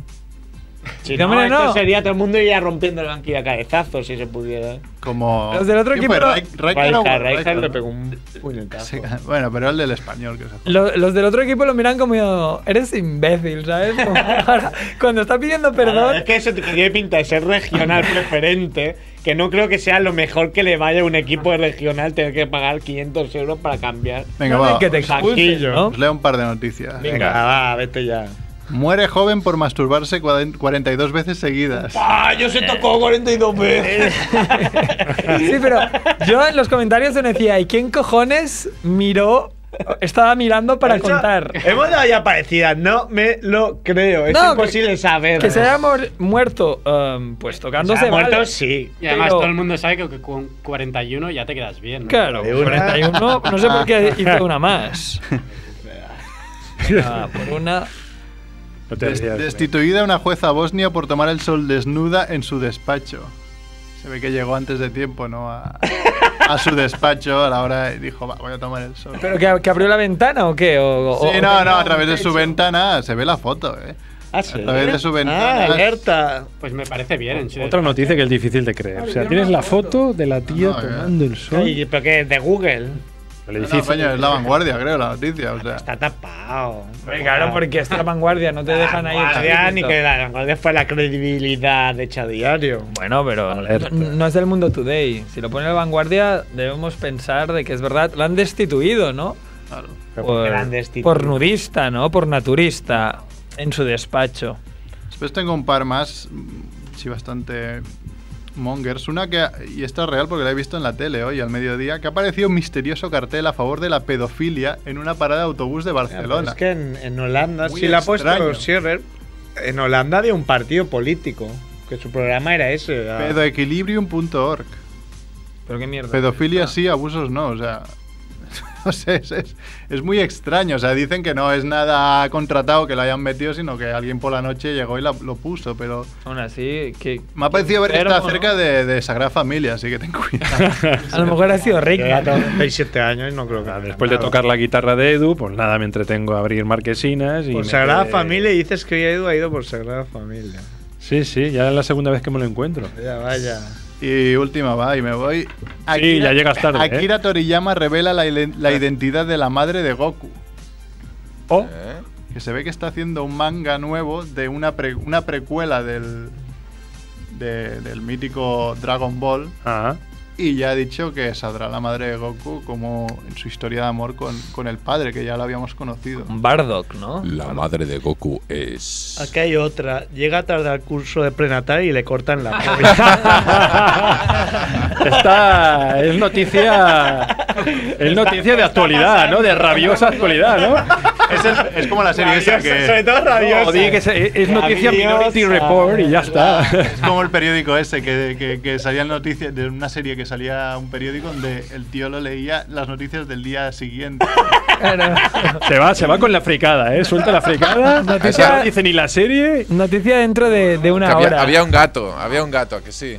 B: Si
A: No,
B: no,
A: hombre,
B: esto
A: no.
B: sería todo el mundo iría rompiendo el banquillo a cabezazos si se pudiera.
G: Como.
A: Los del otro
G: ¿Quién fue?
A: equipo-
G: Rai- Rijkaard o-
B: Raija, Raija
G: Rijkaard.
B: le pegó un puñetazo.
G: Sí, Bueno, pero el del español que se fue.
A: Lo- los del otro equipo lo miran como eres imbécil, ¿sabes? Como, ahora, cuando está pidiendo
B: Claro,
A: perdón,
B: Es que eso tiene pinta de
G: [laughs]
B: ser regional preferente, que no creo que sea lo mejor que le vaya a un equipo regional tener que pagar 500 euros para cambiar.
G: Venga,
A: no,
G: va.
A: que te
B: un
A: expulsen,
B: saquillo.
A: ¿no?
G: Os leo un par de noticias.
B: Venga, va, vete ya.
G: Muere joven por masturbarse cuaren- 42 veces seguidas.
B: ¡Ah, yo se tocó 42
G: [laughs]
B: veces!
A: Sí, pero yo en los comentarios me decía, ¿y quién cojones miró, estaba mirando para
B: Eso, [laughs]
A: contar?
B: Hemos dado ya parecidas, no me lo creo. Es
A: No,
B: imposible saber.
A: Que se haya mor- muerto, em, pues
B: Se ha
A: tocándose
B: muerto,
A: vale.
B: sí.
C: Y además
A: Pero-
C: todo el mundo sabe que- que con 41 ya te quedas bien. ¿no?
A: Claro,
B: De una.
A: 41, no sé
B: [laughs]
A: por qué hizo una más. Ah, por una...
F: No te
G: Des-
F: rías, eh.
G: Destituida una jueza bosnia por tomar el sol desnuda en su despacho. Se ve que llegó antes de tiempo, ¿no? A, a su despacho a la hora y dijo, va, voy a tomar el sol.
A: ¿Pero que, que abrió la ventana o qué? O- o-
G: Sí,
A: o-
G: no, no, a través de su ventana se ve la foto, ¿eh?
B: Ah, sí.
G: A través de su ventana.
B: Ah, alerta.
C: Pues me parece bien. en serio.
F: Otra noticia que es difícil de creer. O sea, tienes la foto de la tía
G: No, no,
F: tomando el sol.
B: Ay, ¿Pero qué? ¿De Google?
F: Le
G: No, no,
F: dices-
G: coño, es la vanguardia, creo, la noticia. O sea,
B: Está tapado. Ah,
A: Hombre, Claro, porque está la vanguardia, no te dejan ahí. el
B: Guardián y
A: chiringuito.
B: que la Guardia fue la credibilidad de hecha diario.
A: Bueno, pero
F: Alerta.
A: no, no es del mundo today. Si lo pone la vanguardia, debemos pensar de que es verdad. La han destituido, ¿no?
G: claro.
B: Pero ¿por qué la han destituido?
A: por nudista, ¿no? Por naturista en su despacho.
G: Después tengo un par más, mm, sí, bastante mongers. Una que, y esta es real porque la he visto en la tele hoy al mediodía, que ha aparecido un misterioso cartel a favor de la pedofilia en una parada de autobús de
B: Ya, pero
G: Barcelona.
B: Es que en, en Holanda,
G: Muy
B: si la ha puesto
G: extraño.
B: Scherrer, en Holanda de un partido político, que su programa era ese. era-
G: Pedoequilibrium.org.
A: Pero qué mierda.
G: Pedofilia sí, abusos no, o sea... [laughs] No sé, es, es- es muy extraño. O sea, dicen que no es nada contratado que lo hayan metido, sino que alguien por la noche llegó y la- lo puso, pero...
A: Aún así, que.
G: Me ha parecido ver que está
A: enfermo, ¿no?
G: cerca de, de Sagrada Familia, así que ten cuidado.
F: [laughs]
A: A lo mejor ha sido
B: Yo ya
A: Rick.
B: tengo 37 años y no creo que.
F: Después de tocar la guitarra de Edu, pues nada, me entretengo a abrir marquesinas y.
B: Por
F: me
B: Sagrada
F: quedé-
B: Pues Familia, y dices que hoy Edu ha ido por Sagrada Familia.
F: Sí, sí, ya es la segunda vez que me lo encuentro.
B: Vaya, vaya.
G: Y última va, y me voy.
F: ya llegas tarde, ¿eh?
G: Akira Toriyama revela la, ile- la identidad de la madre de Goku.
F: O
B: Oh.
D: ¿Eh?
G: Que se ve que está haciendo un manga nuevo de una, pre- una precuela del, de- del mítico Dragon Ball.
F: Ah, [laughs]
G: y ya ha dicho que saldrá la madre de Goku como en su historia de amor con, con el padre, que ya lo habíamos conocido.
A: Bardock, ¿no?
D: La madre de Goku es.
B: Acá hay otra. Llega tarde al curso de prenatal y le cortan
A: [laughs]
B: la polla.
F: Está, es noticia, es noticia de actualidad, ¿no? De rabiosa actualidad, ¿no?
G: Es, el- es como la serie esa
B: Rabiosa, Sobre
G: que...
B: todo rabiosa.
F: O di que es, es noticia
B: Rabiosa.
F: Minority Report y ya está.
G: Es como el periódico ese, que, que, que salían noticias de una serie que salía un periódico donde el tío lo leía las noticias del día
B: [laughs]
G: siguiente.
F: Se va, se va con la fricada, ¿eh? Suelta la fricada.
D: Noticia-
F: No dice ni la serie.
A: Noticia dentro de, de
D: Que
A: una
D: había,
A: hora.
D: había un gato, había un gato, ¿a que sí.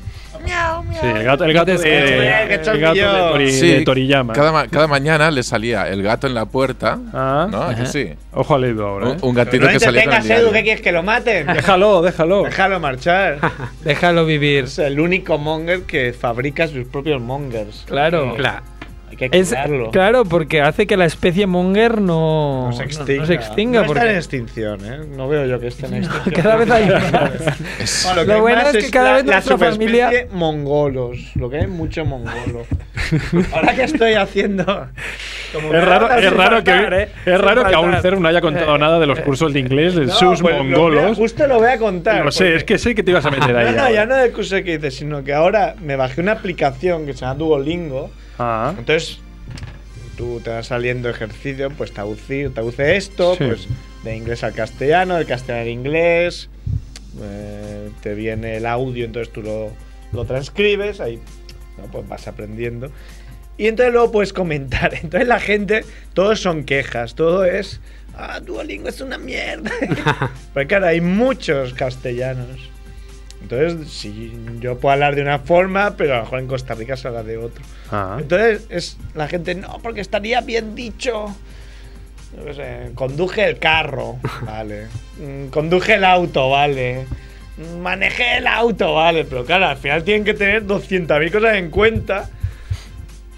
F: Sí, el gato, el gato,
A: No te
F: de,
B: escucho.
F: el gato de, Tori-
D: Sí,
F: de Toriyama.
D: Cada, ma- cada mañana le salía el gato en la puerta.
F: Ah.
D: ¿No? ¿A que sí?
F: Ojo al Edu ahora. ¿eh?
D: Un, un
B: Pero
D: gatito
B: no
D: que salía con el
B: entretengas, Edu,
D: diario.
B: ¿qué quieres que lo maten?
F: Déjalo, déjalo.
B: Déjalo marchar.
A: [laughs] Déjalo vivir.
B: Es el único monger que fabrica sus propios mongers.
A: Claro.
C: Claro.
B: Hay que
A: Es,
B: cuidarlo.
A: claro, porque hace que la especie monger no,
B: No se extinga.
A: no se extinga,
B: No está en
A: porque
B: extinción, ¿eh? No veo yo que esté
A: [laughs]
B: en extinción.
A: cada
B: [laughs]
A: vez hay más.
D: Es-
B: Bueno,
A: Lo
B: hay
A: bueno
B: más
A: es que cada
B: la-
A: vez
B: la
A: nuestra
B: superespecie
A: familia-
B: mongolos. Lo que hay es mucho
A: [laughs]
B: mongolo. Ahora que estoy haciendo. como
F: Es raro,
B: mierda
F: es
B: sin
F: raro que,
B: faltar, ¿eh?
F: es raro
A: Sin
F: que aún
A: faltar.
F: Cerf no haya contado nada de los cursos de inglés de
B: No, pues
F: sus
B: lo voy a-
F: mongolos.
B: justo lo voy a contar.
F: Lo sé,
B: porque-
F: es que sé que te ibas a
B: [laughs]
F: meter
B: No,
F: ahí.
B: no,
F: ahora.
B: ya no del curso que dices, sino que ahora me bajé una aplicación que se llama Duolingo.
F: Ah,
B: Entonces, tú te vas saliendo ejercicio, pues traducir, traduce esto,
F: Sí.
B: pues de inglés al castellano, del castellano al inglés, eh, te viene el audio, entonces tú lo, lo transcribes, ahí ¿no? pues vas aprendiendo. Y entonces luego puedes comentar. [laughs] Entonces la gente, todos son quejas, todo es, ah, Duolingo es una mierda. Porque claro, hay muchos castellanos. Entonces, si yo puedo hablar de una forma, pero a lo mejor en Costa Rica se habla de otro.
F: ah.
B: Entonces es, la gente, no, porque estaría bien dicho. Yo qué sé, conduje el carro, vale. Mm, conduje el auto, vale. Mm, Manejé el auto, vale. Pero claro, al final tienen que tener 200.000 cosas en cuenta.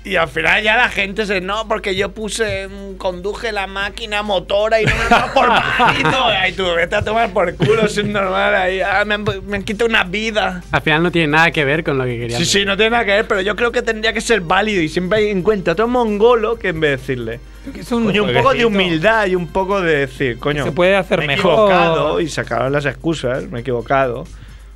B: Y al final ya la gente se, no, porque yo puse, mm, conduje la máquina motora y no me han dado por maldito. Ay, tú, vete a tomar por culo, es normal ahí. Ah, me han, me han quitado una vida.
C: Al final no tiene nada que ver con lo que quería.
B: Sí, sí, no tiene nada que ver, pero yo creo que tendría que ser válido y siempre hay en cuenta todo mongolo que en vez de decirle.
A: Es un,
B: Coño, un poco de humildad y un poco de decir, coño.
A: se puede hacer
B: me he
A: mejor.
B: equivocado y sacaron las excusas, me he equivocado.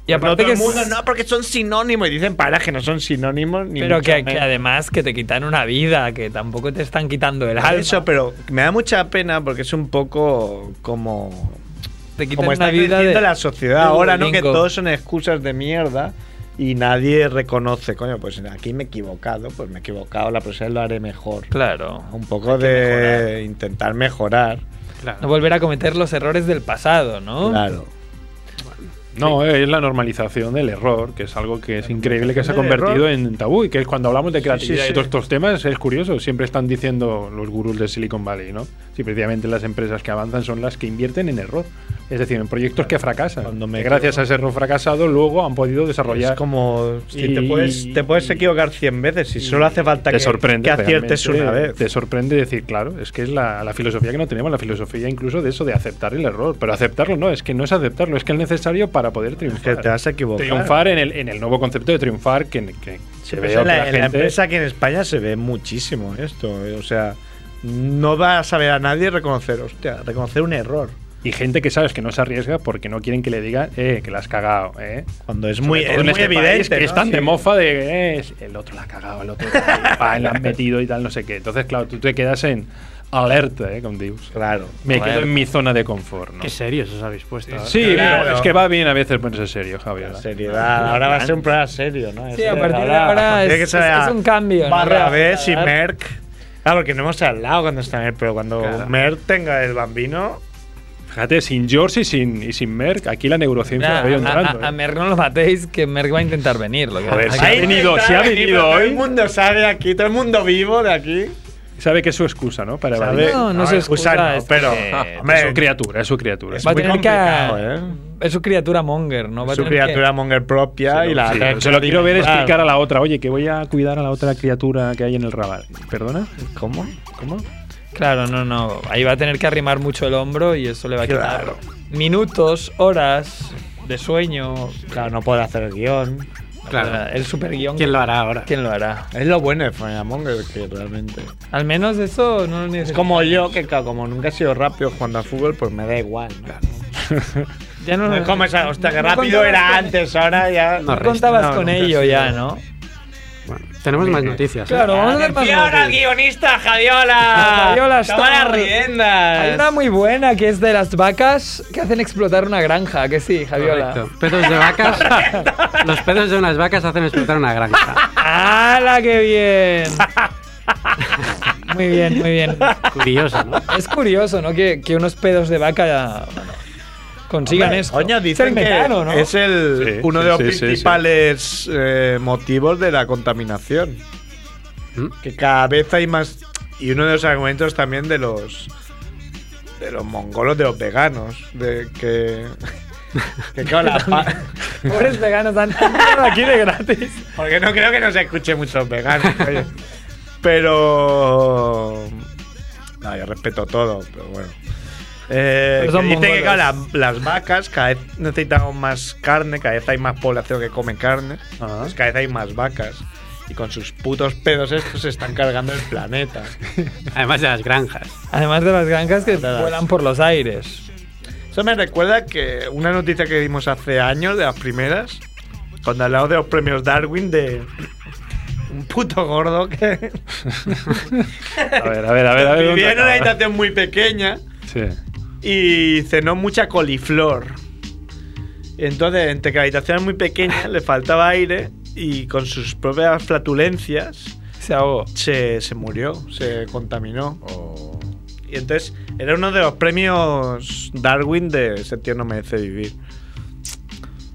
A: Y aparte
B: no todo
A: que
B: el mundo,
A: es-
B: no, porque son sinónimos y dicen para que no son sinónimos ni
A: Pero
B: mucho
A: que, que
B: menos".
A: además que te quitan una vida, que tampoco te están quitando el alma.
B: Eso, pero me da mucha pena porque es un poco como
A: te quitan
B: como
A: una
B: está
A: vida
B: creciendo
A: de
B: la sociedad
A: de
B: ahora, ¿no? Que
A: Duolingo.
B: todos son excusas de mierda y nadie reconoce, coño, pues aquí me he equivocado, pues me he equivocado, la próxima vez lo haré mejor.
A: Claro.
B: Un poco de intentar mejorar.
A: No volver a cometer los errores del pasado, ¿no?
B: Claro.
F: No, eh, es la normalización del error, que es algo que es increíble que se ha
B: del
F: convertido
B: error.
F: en tabú y que es cuando hablamos de creatividad
B: sí.
F: y todos estos temas es curioso. Siempre están diciendo los gurús de Silicon Valley, ¿no? Si precisamente las empresas que avanzan son las que invierten en error, es decir, en proyectos que fracasan.
B: Cuando me
F: que gracias
B: equivoco.
F: a ese error fracasado luego han podido desarrollar.
B: Es como.
F: Y-
B: te, puedes, te puedes equivocar 100 veces y solo hace falta
F: te
B: que,
F: sorprende
B: que aciertes
F: realmente,
B: una vez.
F: Te sorprende decir, claro, es que es la, la filosofía que no tenemos, la filosofía incluso de eso de aceptar el error. Pero aceptarlo no, es que no es aceptarlo, es que es necesario para poder triunfar.
B: que te vas a equivocar.
F: Triunfar en el, en el nuevo concepto de triunfar que, que se ve
B: Pues en,
F: otra
B: la, en la
F: gente-
B: empresa que en España se ve muchísimo esto. eh, O sea, no va a saber a nadie reconocer, hostia, reconocer un error.
F: y gente que sabes que no se arriesga porque no quieren que le digan eh, que la has cagado eh.
B: Cuando es
F: Sobre
B: muy,
F: todo
B: es
F: en
B: muy
F: este país
B: evidente.
F: que
B: ¿no?
F: están de
B: Sí.
F: mofa de eh, el otro la ha cagado el otro
B: [laughs]
F: pa, la han metido y tal no sé qué entonces claro tú te quedas en alerta eh, con Dios
B: Claro.
F: me quedo en mi zona de confort ¿no?
C: Qué serios os habéis puesto. ¿eh?
F: Sí,
B: Claro.
F: pero es que va bien a veces ponerse serio, Javier. ¿eh?
B: La seriedad. Ahora va a ser un programa serio, ¿no?
A: Sí, a partir de ahora
B: tiene
A: es-
B: que ser
A: es-
B: a-
A: es un cambio, ¿no?
B: Barra
A: Real-
B: B y
A: real.
B: Merck. Claro, porque no hemos hablado cuando está Merck, pero cuando
F: Claro.
B: Merck tenga el bambino.
F: Fíjate, sin George y sin, y sin Merck, aquí la neurociencia
A: Mira,
F: la veo
A: a,
F: entrando.
A: a- a
F: ¿eh?
A: Merck no lo matéis, que Merck va a intentar venir. Lo que
F: Joder,
A: Aquí-
F: Si ha
B: Ahí
F: venido-
B: está,
F: si ha
B: aquí,
F: venido
B: pero Todo
F: hoy.
B: el mundo sabe aquí, todo el mundo vivo de aquí.
F: Sabe que es su excusa, ¿no? Para
B: sabe-
F: evadir.
A: No, no se
B: excusa,
A: excusa,
B: no,
A: es
B: pero.
A: que-
F: Es
B: Hombre,
F: [laughs] su criatura, es su criatura.
B: es
A: va a
B: muy
A: tener que.
B: complicado, ¿eh?
A: Es su criatura monger, ¿no? Va a
B: su
A: tener que-
B: criatura monger propia y la.
F: Sí, se lo quiero ver explicar a la otra, oye, que voy a cuidar a la otra criatura que hay en el rabal. ¿Perdona?
B: ¿Cómo?
F: ¿Cómo?
A: Claro, no, no. Ahí va a tener que arrimar mucho el hombro y eso le va a quitar
B: Claro.
A: minutos, horas de sueño.
B: Claro, no puedo hacer el guión.
C: Claro.
A: El super guión.
C: ¿Quién lo hará ahora?
A: ¿Quién lo hará?
B: Es lo bueno de Famillamonger, que realmente.
A: Al menos eso no lo
B: Es
A: necesito.
B: como yo, que claro, como nunca he sido rápido jugando a fútbol, pues me da igual. ¿no?
A: Ya no,
B: No es como esa, hostia, que
A: No
B: rápido
A: contabas
B: era
A: con-
B: antes, ahora ya.
A: no
C: No resta,
A: contabas
B: no,
A: con
B: nunca
A: ello
B: sí.
A: ya, ¿no?
C: Bueno, tenemos más noticias. ¿eh?
A: Claro, vamos a hacer más
B: Atención al
A: noticias.
B: guionista, Javiola!
A: Javiola está-
B: ¡Toma las riendas!
A: Hay una muy buena que es de las vacas que hacen explotar una granja, que sí, Javiola.
C: Correcto. Pedos de
A: [laughs]
C: vacas. los pedos de unas vacas hacen explotar una granja.
A: ¡Hala, qué bien! Muy bien, muy bien.
C: Curioso, ¿no?
A: Es curioso, ¿no? Que, que unos pedos de vaca bueno, consigan
B: Hombre,
A: esto.
B: Coño,
A: es
B: dicen
A: el metano,
B: que
A: ¿no?
B: es el,
F: Sí,
B: uno
F: sí,
B: de los
F: sí, sí, sí.
B: principales eh, motivos de la contaminación.
C: ¿Mm?
B: Que cada vez hay más. Y uno de los argumentos también de los. de los mongolos, de los veganos. De que. [laughs] que claro,
F: [laughs]
B: la pa-
A: Pobres veganos dan nada aquí de gratis.
B: Porque no creo que nos escuche muchos
A: [laughs]
B: veganos. oye. Pero. No, yo respeto todo, pero bueno. Eh,
A: Pero
B: que
A: son
B: dicen que
A: mongolos.
B: claro, la- las vacas cada vez necesitamos más carne, cada vez hay más población que come carne,
F: Ajá.
B: pues cada vez hay más vacas. Y con sus putos pedos estos se están cargando el planeta.
C: Además de las granjas.
A: Además de las granjas que
B: Nada.
A: vuelan por los aires.
B: Eso me recuerda que una noticia que vimos hace años, de las primeras, cuando hablamos de los premios Darwin, de un puto gordo que
F: A ver, a ver, a ver. A ver dónde
B: vivía en una
F: acaba.
B: habitación muy pequeña
F: Sí.
B: y cenó mucha coliflor. Entonces, entre que la habitación era muy pequeña, le faltaba aire y con sus propias flatulencias
A: Se ahogó.
B: se, se murió, se contaminó. Y entonces era uno de los premios Darwin de Ese tío no merece vivir.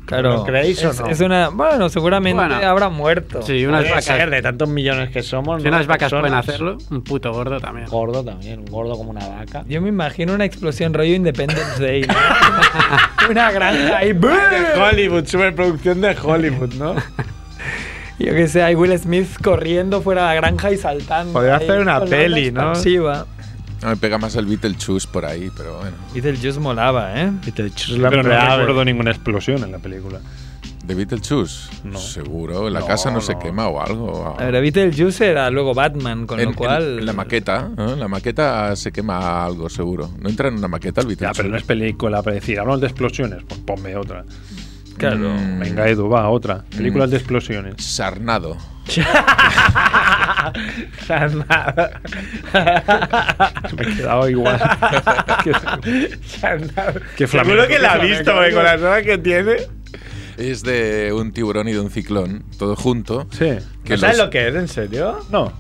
A: Claro.
B: ¿Lo creéis o
A: Es-
B: no?
A: Es una, bueno, seguramente
C: Bueno.
A: habrá muerto.
C: Sí, unas
B: Puede ser,
C: vacas.
B: de tantos millones que somos.
C: Si
B: ¿no?
C: unas vacas
B: Personas.
C: pueden hacerlo, un puto gordo también.
B: Gordo también, un gordo como una vaca.
A: Yo me imagino una explosión rollo Independence Day. ¿no? [laughs] una granja y ¡boom!
B: Hollywood, superproducción de Hollywood, ¿no?
A: Yo que sé, hay Will Smith corriendo fuera de la granja y saltando.
B: Podría
A: ahí,
B: hacer una
A: con
B: peli,
A: onda
B: ¿no?
A: expansiva.
D: No, me pega más el Beetlejuice por ahí, pero bueno.
A: Y del Just molaba, ¿eh?
F: Pero no recuerdo ninguna explosión en la película.
D: ¿De Beetlejuice?
F: No.
D: Seguro, en la
F: No,
D: casa no, se
F: no.
D: quema o algo.
A: A ver, Beetlejuice era luego Batman, con
D: En-
A: lo cual.
D: en- en la maqueta, ¿no? En la maqueta se quema algo, seguro. No entra en una maqueta el
F: Ya,
D: Beetlejuice.
F: pero no es película para decir, hablamos de explosiones, pues ponme otra.
A: Claro.
D: Mm,
F: Venga, Edu, va, otra. Películas de explosiones.
D: Sarnado.
B: Sarnado.
F: Me he quedado igual.
B: [laughs] Sarnado.
F: Qué flamenco,
B: Seguro que la ha
F: qué
B: visto,
F: flamenco.
B: porque con las horas que tiene.
D: Es de un tiburón y de un ciclón, todo junto.
F: sí.
D: Que
B: ¿Sabes
D: los-
B: lo que es, en serio?
F: No.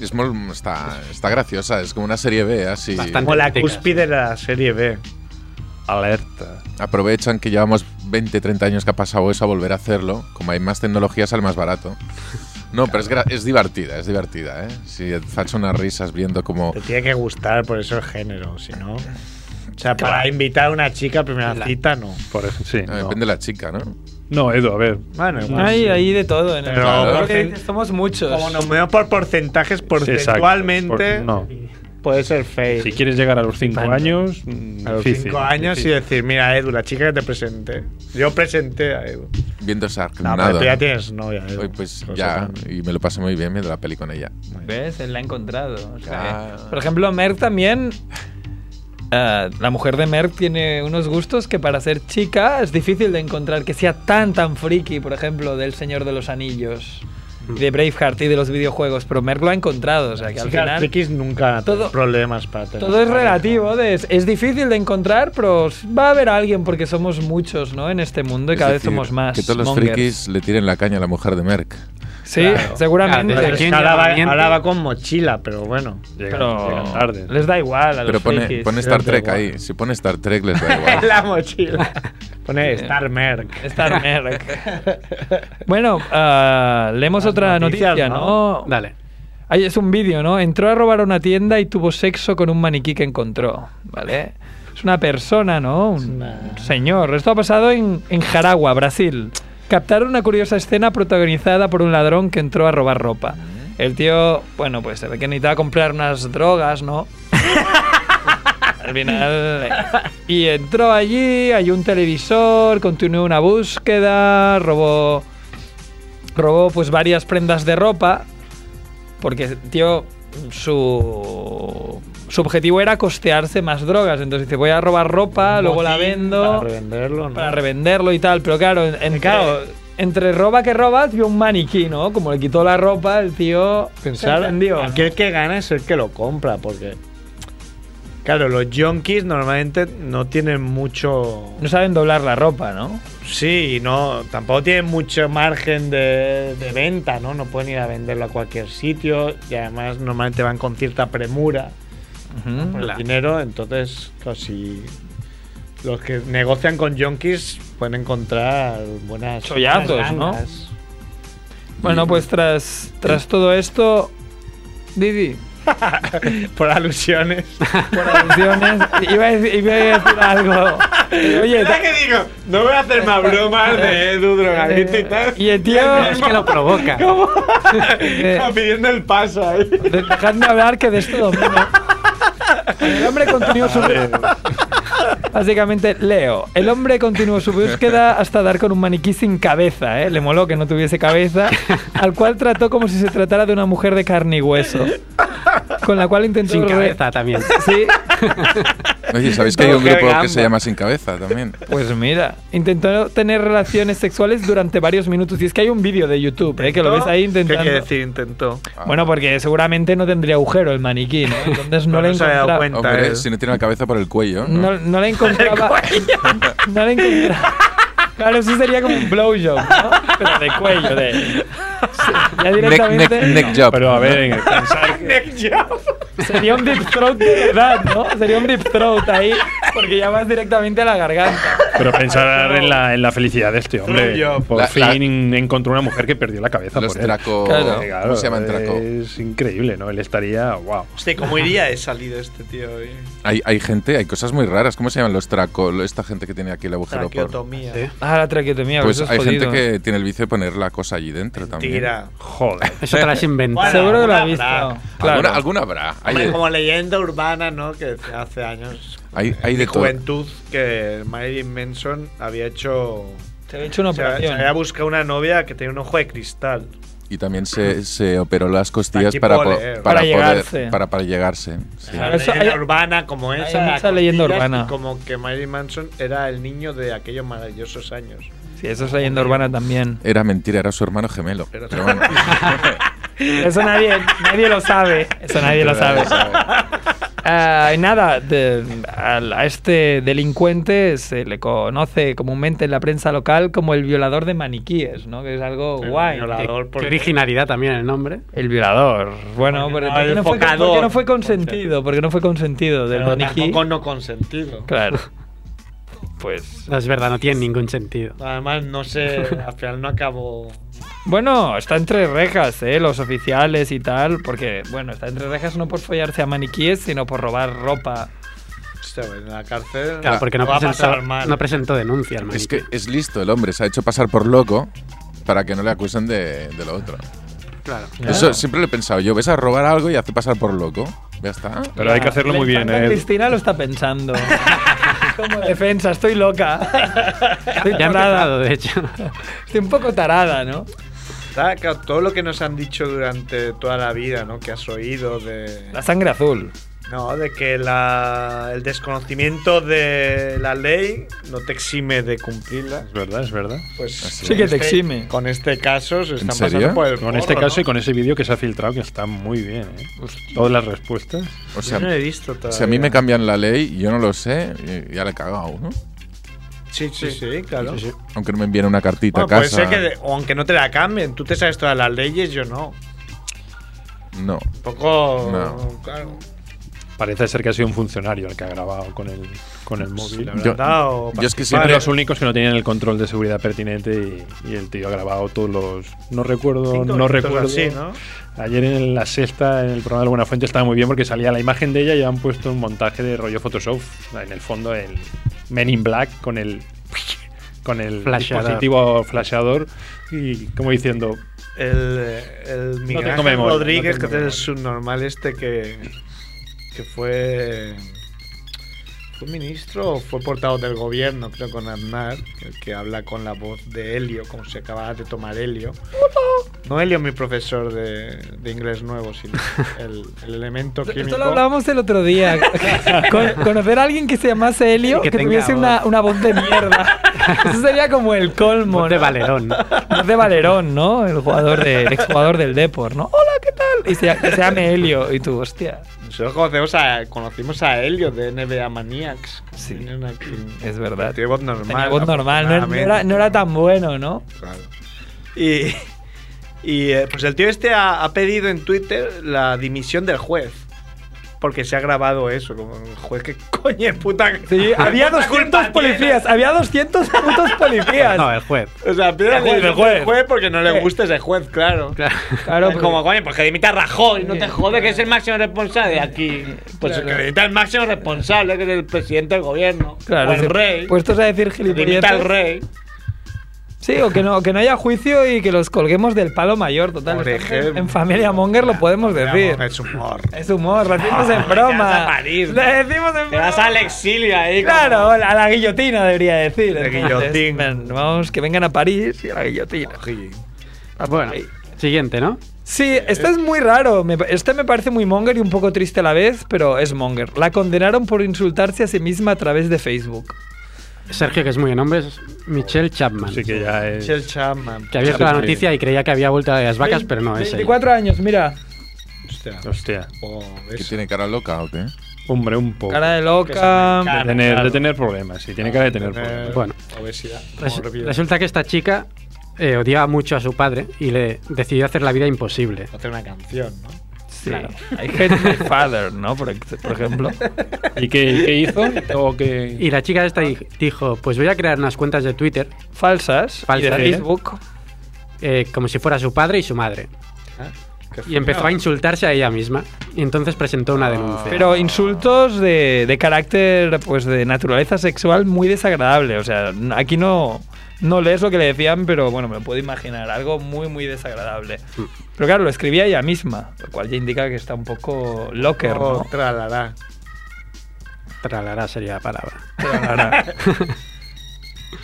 D: es mol- está, está graciosa, es como una serie B, así.
C: Bastante.
B: Como la
C: Auténticas.
B: cúspide de la serie B.
F: Alerta.
D: Aprovechan que llevamos 20, 30 años que ha pasado eso a volver a hacerlo. Como hay más tecnología, sale más barato. No, pero es, gra- es divertida, es divertida, ¿eh? Si haces unas risas viendo como...
B: Te tiene que gustar, por eso es género, si no. O sea, para invitar a una chica a primera
C: La-
B: cita, no.
F: Por eso, sí.
D: Ah,
F: No.
D: Depende de la chica, ¿no?
F: No, Edu, a ver.
B: Bueno, igual.
A: Hay
B: sí.
A: ahí de todo. En el-
B: Pero-
A: Claro.
B: Claro.
A: Somos muchos.
B: Como nos vemos por porcentajes, porcentualmente,
F: Exacto. Por- no.
B: puede ser fake.
F: Si quieres llegar a los 5
B: Flipando.
F: años, mm,
B: a los
F: difícil.
B: cinco años y decir, mira, Edu, la chica que te presenté. Yo presenté a Edu.
D: Viendo
B: No,
D: Sarnado.
B: pero tú ya tienes novia, Edu.
D: Oye, pues
B: Lo
D: ya,
B: sé.
D: y me lo pasé muy bien viendo la peli con ella.
A: ¿Ves? Él la ha encontrado. o sea, eh,
D: Ah.
A: Por ejemplo, Merck también. ah, la mujer de Merck tiene unos gustos que para ser chica es difícil de encontrar. Que sea tan, tan friki, por ejemplo, del Señor de los Anillos, de Braveheart y de los videojuegos. Pero Merck lo ha encontrado. O sea, que al
B: Chicas
A: final.
B: frikis nunca
A: todo-
B: tienen problemas para tener
A: Todo es
B: pareja.
A: relativo, de- es, es difícil de encontrar, pero va a haber alguien porque somos muchos, ¿no? En este mundo y
D: Es
A: cada
D: decir,
A: vez somos más.
D: Que todos los
A: mongers.
D: frikis le tiren la caña a la mujer de Merck.
A: Sí,
B: Claro.
A: seguramente.
C: Claro,
B: Pero
C: desde
B: es
C: aquí
B: que
C: un
B: ahora va,
C: llamamiento.
B: ahora va con mochila, pero bueno.
F: Llega,
A: pero
F: llega tarde.
A: les da igual a
D: Pero
A: los
D: pone,
A: frikis.
D: pone
B: sí,
D: Star
B: da
D: Trek
B: igual.
D: ahí. Si pone Star Trek les
B: [laughs]
D: da igual.
B: la mochila. Pone Star Merc.
A: [laughs] Star Merck. bueno, ah, leemos
B: Las
A: otra
B: noticias,
A: noticia, ¿no?
B: ¿no?
C: Dale.
A: Ahí es un vídeo, ¿no? Entró a robar a una tienda y tuvo sexo con un maniquí que encontró, ¿vale? Es una persona, ¿no? Un señor. Esto ha pasado en, en Jaragua, Brasil. Captaron una curiosa escena protagonizada por un ladrón que entró a robar ropa. El tío, bueno, pues se ve que necesitaba comprar unas drogas, ¿no? Al final. eh, Y entró allí, hay un televisor, continuó una búsqueda, robó robó pues varias prendas de ropa porque tío su, su objetivo era costearse más drogas, entonces dice, voy a robar ropa, luego la vendo
B: Para revenderlo, ¿no?
A: para revenderlo y tal, pero claro, en- entre,
B: claro.
A: entre roba que roba, vio un maniquí, ¿no? Como le quitó la ropa, el tío
B: Pensar,
A: se encendió.
B: aquel que gana es el que lo compra, porque. Claro, los yonkis normalmente no tienen mucho.
A: No saben doblar la ropa, ¿no?
B: Sí, no, tampoco tienen mucho margen de, de venta, ¿no? No pueden ir a venderlo a cualquier sitio y además normalmente van con cierta premura
A: Ujú.
B: por el dinero, entonces casi los que negocian con yonkis pueden encontrar buenas
A: Chollazos,
B: buenas
A: ¿no?
B: gangas.
A: Bueno, pues tras, tras todo esto, Didi,
B: [laughs] Por
A: [laughs]
B: alusiones.
A: por alusiones, [laughs] iba a decir, iba a decir
B: [laughs]
A: algo. Oye, eh,
B: ¿Verdad que digo? No voy a hacer más bromas de Edu drogadito y tal.
A: y el tío,
C: Es que lo
A: [laughs]
C: provoca.
A: eh,
B: pidiendo el paso ahí.
A: de- dejadme hablar que de esto domino. El hombre continuó su Básicamente, Leo. El hombre continuó su búsqueda hasta dar con un maniquí sin cabeza, ¿eh? Le moló que no tuviese cabeza, al cual trató como si se tratara de una mujer de carne y hueso. Con la cual intentó...
C: Sin
A: re-
C: cabeza también.
A: Sí,
D: Oye, ¿sabéis que hay un
B: Qué
D: grupo
B: gamba.
D: que se llama Sin Cabeza también?
A: Pues mira, intentó tener relaciones sexuales durante varios minutos. Y es que hay un vídeo de YouTube, ¿eh? que lo ves ahí intentando.
B: ¿Qué quiere decir intentó? Ah.
A: Bueno, porque seguramente no tendría agujero el maniquí, ¿no? Entonces no,
B: No
A: le
B: se había dado
A: encontraba.
B: cuenta.
D: Hombre,
B: eh.
D: si no tiene la cabeza por el cuello. ¿no?
B: [laughs]
A: No, no le encontraba. no le encontraba. Claro, eso sería como un blowjob, ¿no? Pero de cuello, de.
B: [laughs]
A: Sí, Ya
D: Neck,
A: directamente.
D: neck, neck job.
F: Pero a ver, en el pensar que
A: Sería un deep throat de verdad, ¿no? Sería un deep throat ahí, porque ya vas directamente a la garganta.
B: [laughs]
F: Pero pensar en la, en la felicidad de este hombre.
B: Rollo.
F: Por
D: La-
F: fin encontró una mujer que perdió la cabeza
D: Los eh,
F: por él.
D: traco...
A: Claro.
D: pues, eh, ¿Cómo se llaman traco?
F: Es increíble, ¿no? Él estaría, wow.
B: Hostia, ¿cómo iría de salido este tío hoy?
D: Hay, hay gente, hay cosas muy raras. ¿Cómo se llaman los traco? Lo- Esta gente que tiene aquí el agujero por...
B: Traqueotomía.
A: Ah, la traqueotomía,
D: Pues
A: eso es
D: hay gente
A: jodido.
D: que tiene el vicio de poner la cosa allí dentro también.
B: Tira. [laughs]
F: Joder.
C: Eso te lo has inventado.
A: Seguro que lo
B: Alguna
A: has visto.
B: habrá.
D: ¿Alguna, alguna habrá. Hay,
B: Hombre, como leyenda urbana, ¿no? Que hace años.
D: hay, hay
B: De
D: de todo.
B: juventud que Marilyn Manson había hecho.
A: Se había hecho una
B: se, había- se
A: operación.
B: había buscado una novia que tenía un ojo de cristal.
D: Y también se, se operó las costillas
B: Aquí
D: para, po-
B: pone, eh.
D: para,
A: Para
D: poder-
A: llegarse.
D: Para, para llegarse. sí.
B: Una
A: eso
B: leyenda
A: hay-
B: urbana como esa.
A: mucha
B: a costillas,
A: leyenda
B: y
A: urbana.
B: Como que Marilyn Manson era el niño de aquellos maravillosos años.
A: Sí, eso es leyenda urbana también.
D: Era mentira, era su hermano gemelo.
B: Pero-
D: Pero bueno.
A: Eso nadie, nadie lo sabe. Eso nadie lo sabe. Ah, y nada, de- al- a este delincuente se le conoce comúnmente en la prensa local como el violador de maniquíes, ¿no? Que es algo
B: El
A: Oh, guay.
B: violador,
C: Qué
B: porque-
C: originalidad también el nombre.
A: El violador. Bueno,
B: Porque no,
A: pero porque
B: el
A: no, fue,
B: focador.
A: porque no fue consentido, porque no fue consentido del
B: Pero
A: maniquí.
B: tampoco no consentido.
A: Claro. Pues.
C: No es verdad, no tiene ningún sentido.
B: Además, no
A: [laughs]
B: sé, al final no acabó.
A: Bueno, está entre rejas, ¿eh? Los oficiales y tal, porque, bueno, está entre rejas no por follarse a maniquíes, sino por robar ropa.
B: Hostia, pues, en la cárcel.
C: Claro, porque no,
B: va a
C: presentó,
B: pasar mal.
C: no presentó denuncia al
D: es
C: maniquí.
D: que es listo el hombre, se ha hecho pasar por loco para que no le acusen de, de lo otro.
C: Claro.
D: Eso siempre lo he pensado yo. Ves a robar algo y hace pasar por loco. Ya está.
F: Pero hay que hacerlo
A: La
F: muy bien,
A: infanta
F: ¿eh?
A: Cristina lo está
F: [laughs]
A: pensando. Como defensa, estoy loca. Estoy
C: Ya ha
A: tarada.
C: empezado, de hecho.
A: Estoy un poco tarada, ¿no?
B: Está, claro, todo lo que nos han dicho durante toda la vida, ¿no? Que has oído de.
A: La sangre azul.
B: No, de que la- el desconocimiento de la ley no te exime de cumplirla.
F: Es verdad, es verdad.
B: Pues
A: Sí que te exime.
B: Con este caso se están
D: serio?
B: pasando por el
F: Con este
B: forro,
F: caso y
B: ¿no?
F: con ese vídeo que se ha filtrado, que está muy bien, ¿eh? Todas las respuestas.
D: O
B: Yo
D: sea,
B: no he visto todavía.
D: si a mí me cambian la ley, yo no lo sé, y ya le he cagado, ¿no?
B: Sí, sí, sí, claro.
D: Aunque no me envíen una cartita
B: Bueno,
D: a
B: puede
D: casa.
B: ser que, de- o aunque no te la cambien, tú te sabes todas las leyes, yo no.
D: No.
B: Un poco.
D: No.
B: Claro.
F: Parece ser que ha sido un funcionario el que ha grabado con el, con el móvil. la
D: Yo,
F: verdad.
B: dado
D: yo es que
F: Son
D: siempre
F: los únicos que no tenían el control de seguridad pertinente y, y el tío ha grabado todos los. No recuerdo,
B: Cinco
F: no
B: minutos
F: recuerdo.
B: así, ¿no?
F: Ayer en la sexta, en el programa de Buena Fuente, estaba muy bien porque salía la imagen de ella y han puesto un montaje de rollo Photoshop. En el fondo, el Men in Black con el. [laughs] con el
C: Flasheador.
F: dispositivo flasheador y como diciendo.
B: El, eh, el Miguel
F: tengo
B: Ángel
F: memoria, no
B: Rodríguez,
F: tengo
B: este que es el
F: memoria.
B: subnormal este que, que fue, ¿Fue ministro o fue portavoz del gobierno? Creo con Aznar, el que habla con la voz de Helio, como si acababa de tomar Helio. No Helio, mi profesor de, de inglés nuevo,
A: [laughs]
B: sino el, el elemento químico.
A: Esto lo hablábamos el otro
F: [laughs]
A: día. Con- conocer a alguien que se llamase Helio,
C: Y
A: que,
C: que tenga
A: tuviese
C: voz.
A: una, una voz de mierda. Eso sería como el colmo.
C: Voz de
B: [laughs]
A: ¿no?
C: Valerón.
A: Voz de Valerón, ¿no? El jugador de, el exjugador del Depor, ¿no? Hola, ¿qué tal? Y se, que se llame Helio. Y tú, hostia,
B: Nosotros conocemos a, conocimos a Helio de NBA Maniacs.
A: Sí.
B: Vinieron aquí.
A: es verdad.
B: Tiene voz normal.
A: Tenía voz normal, no era- no era, no era tan bueno, ¿no?
B: Claro. Y, y, eh, pues el tío este ha, ha pedido en Twitter la dimisión del juez. Porque se ha grabado eso. Como el juez que coño de puta. [laughs]
A: Sí, había 200
B: culpa
A: policías, había
B: [laughs]
A: 200 putos policías.
C: No, el juez.
B: tiene? O sea, pide la
A: El juez,
B: dimisión
A: el juez.
B: del juez porque no le gusta ese juez, claro.
A: Claro,
B: Es como, coño, pues que dimita a Rajoy, no
A: Sí,
B: te jode que es el máximo responsable de aquí. Pues
A: Claro.
B: que dimita el máximo responsable, que es el presidente del gobierno.
A: Claro,
B: o el
A: sí.
B: rey.
A: Puestos a decir
B: que dimita al
A: gilipolleces.
B: rey.
A: Sí, o que no, que no haya juicio y que los colguemos del palo mayor, total.
B: Por
A: estamos en-
B: ejemplo.
A: en Familia Monger lo podemos decir.
B: Es humor.
A: Es humor, lo decimos en
B: Te vas a
A: broma.
B: París,
A: Lo
B: ¿no?
A: decimos en
B: Te vas
A: broma.
B: al exilio ahí.
A: Claro, a la guillotina debería decir.
B: La
A: entonces,
B: guillotina.
A: ven, vamos, que vengan a París y a la guillotina.
C: Bueno, siguiente, ¿no?
A: Sí,
B: Eh,
A: este es muy raro. Me pa- Este me parece muy monger y un poco triste a la vez, pero es monger. La condenaron por insultarse a sí misma a través de Facebook.
C: Sergio, que es muy en nombre, es Michelle Chapman.
F: Así que ya es.
B: Michelle Chapman.
C: Que había visto la noticia y creía que había vuelto a las vacas, pero no es ella.
A: 24 años, mira.
B: Hostia.
F: Hostia.
B: Oh,
D: ¿Que
B: ¿ves?
D: tiene cara loca o qué?
F: Hombre, un poco.
A: Cara de
B: Oh. Que se
A: loca.
B: me
F: De tener,
B: Claro. Eh.
F: de tener problemas, sí, tiene cara de tener problemas.
C: Bueno. Pues
B: Obesidad.
C: Resu-
B: Morbida.
C: Resulta que esta chica eh, odiaba mucho a su padre y le decidió hacer la vida imposible.
B: Hacer una canción, ¿no?
A: Sí. I hate my father, ¿no? Por, ex-
B: [laughs]
A: por ejemplo.
F: ¿Y qué, y qué hizo? ¿O qué-
C: Y la chica esta di- dijo, pues voy a crear unas cuentas de Twitter
A: Falsas. y de
C: Falsas, ¿eh?
A: Facebook.
C: eh, como si fuera su padre y su madre. Y empezó a insultarse a ella misma. Y entonces presentó una denuncia.
A: Pero insultos de, de carácter, pues de naturaleza sexual muy desagradable. O sea, n- aquí no, no lees lo que le decían, pero bueno, me lo puedo imaginar. Algo muy, muy desagradable. Pero claro, lo escribía ella misma, lo cual ya indica que está un poco locker, ¿no?
B: Oh, tralará.
C: Tralará sería la palabra.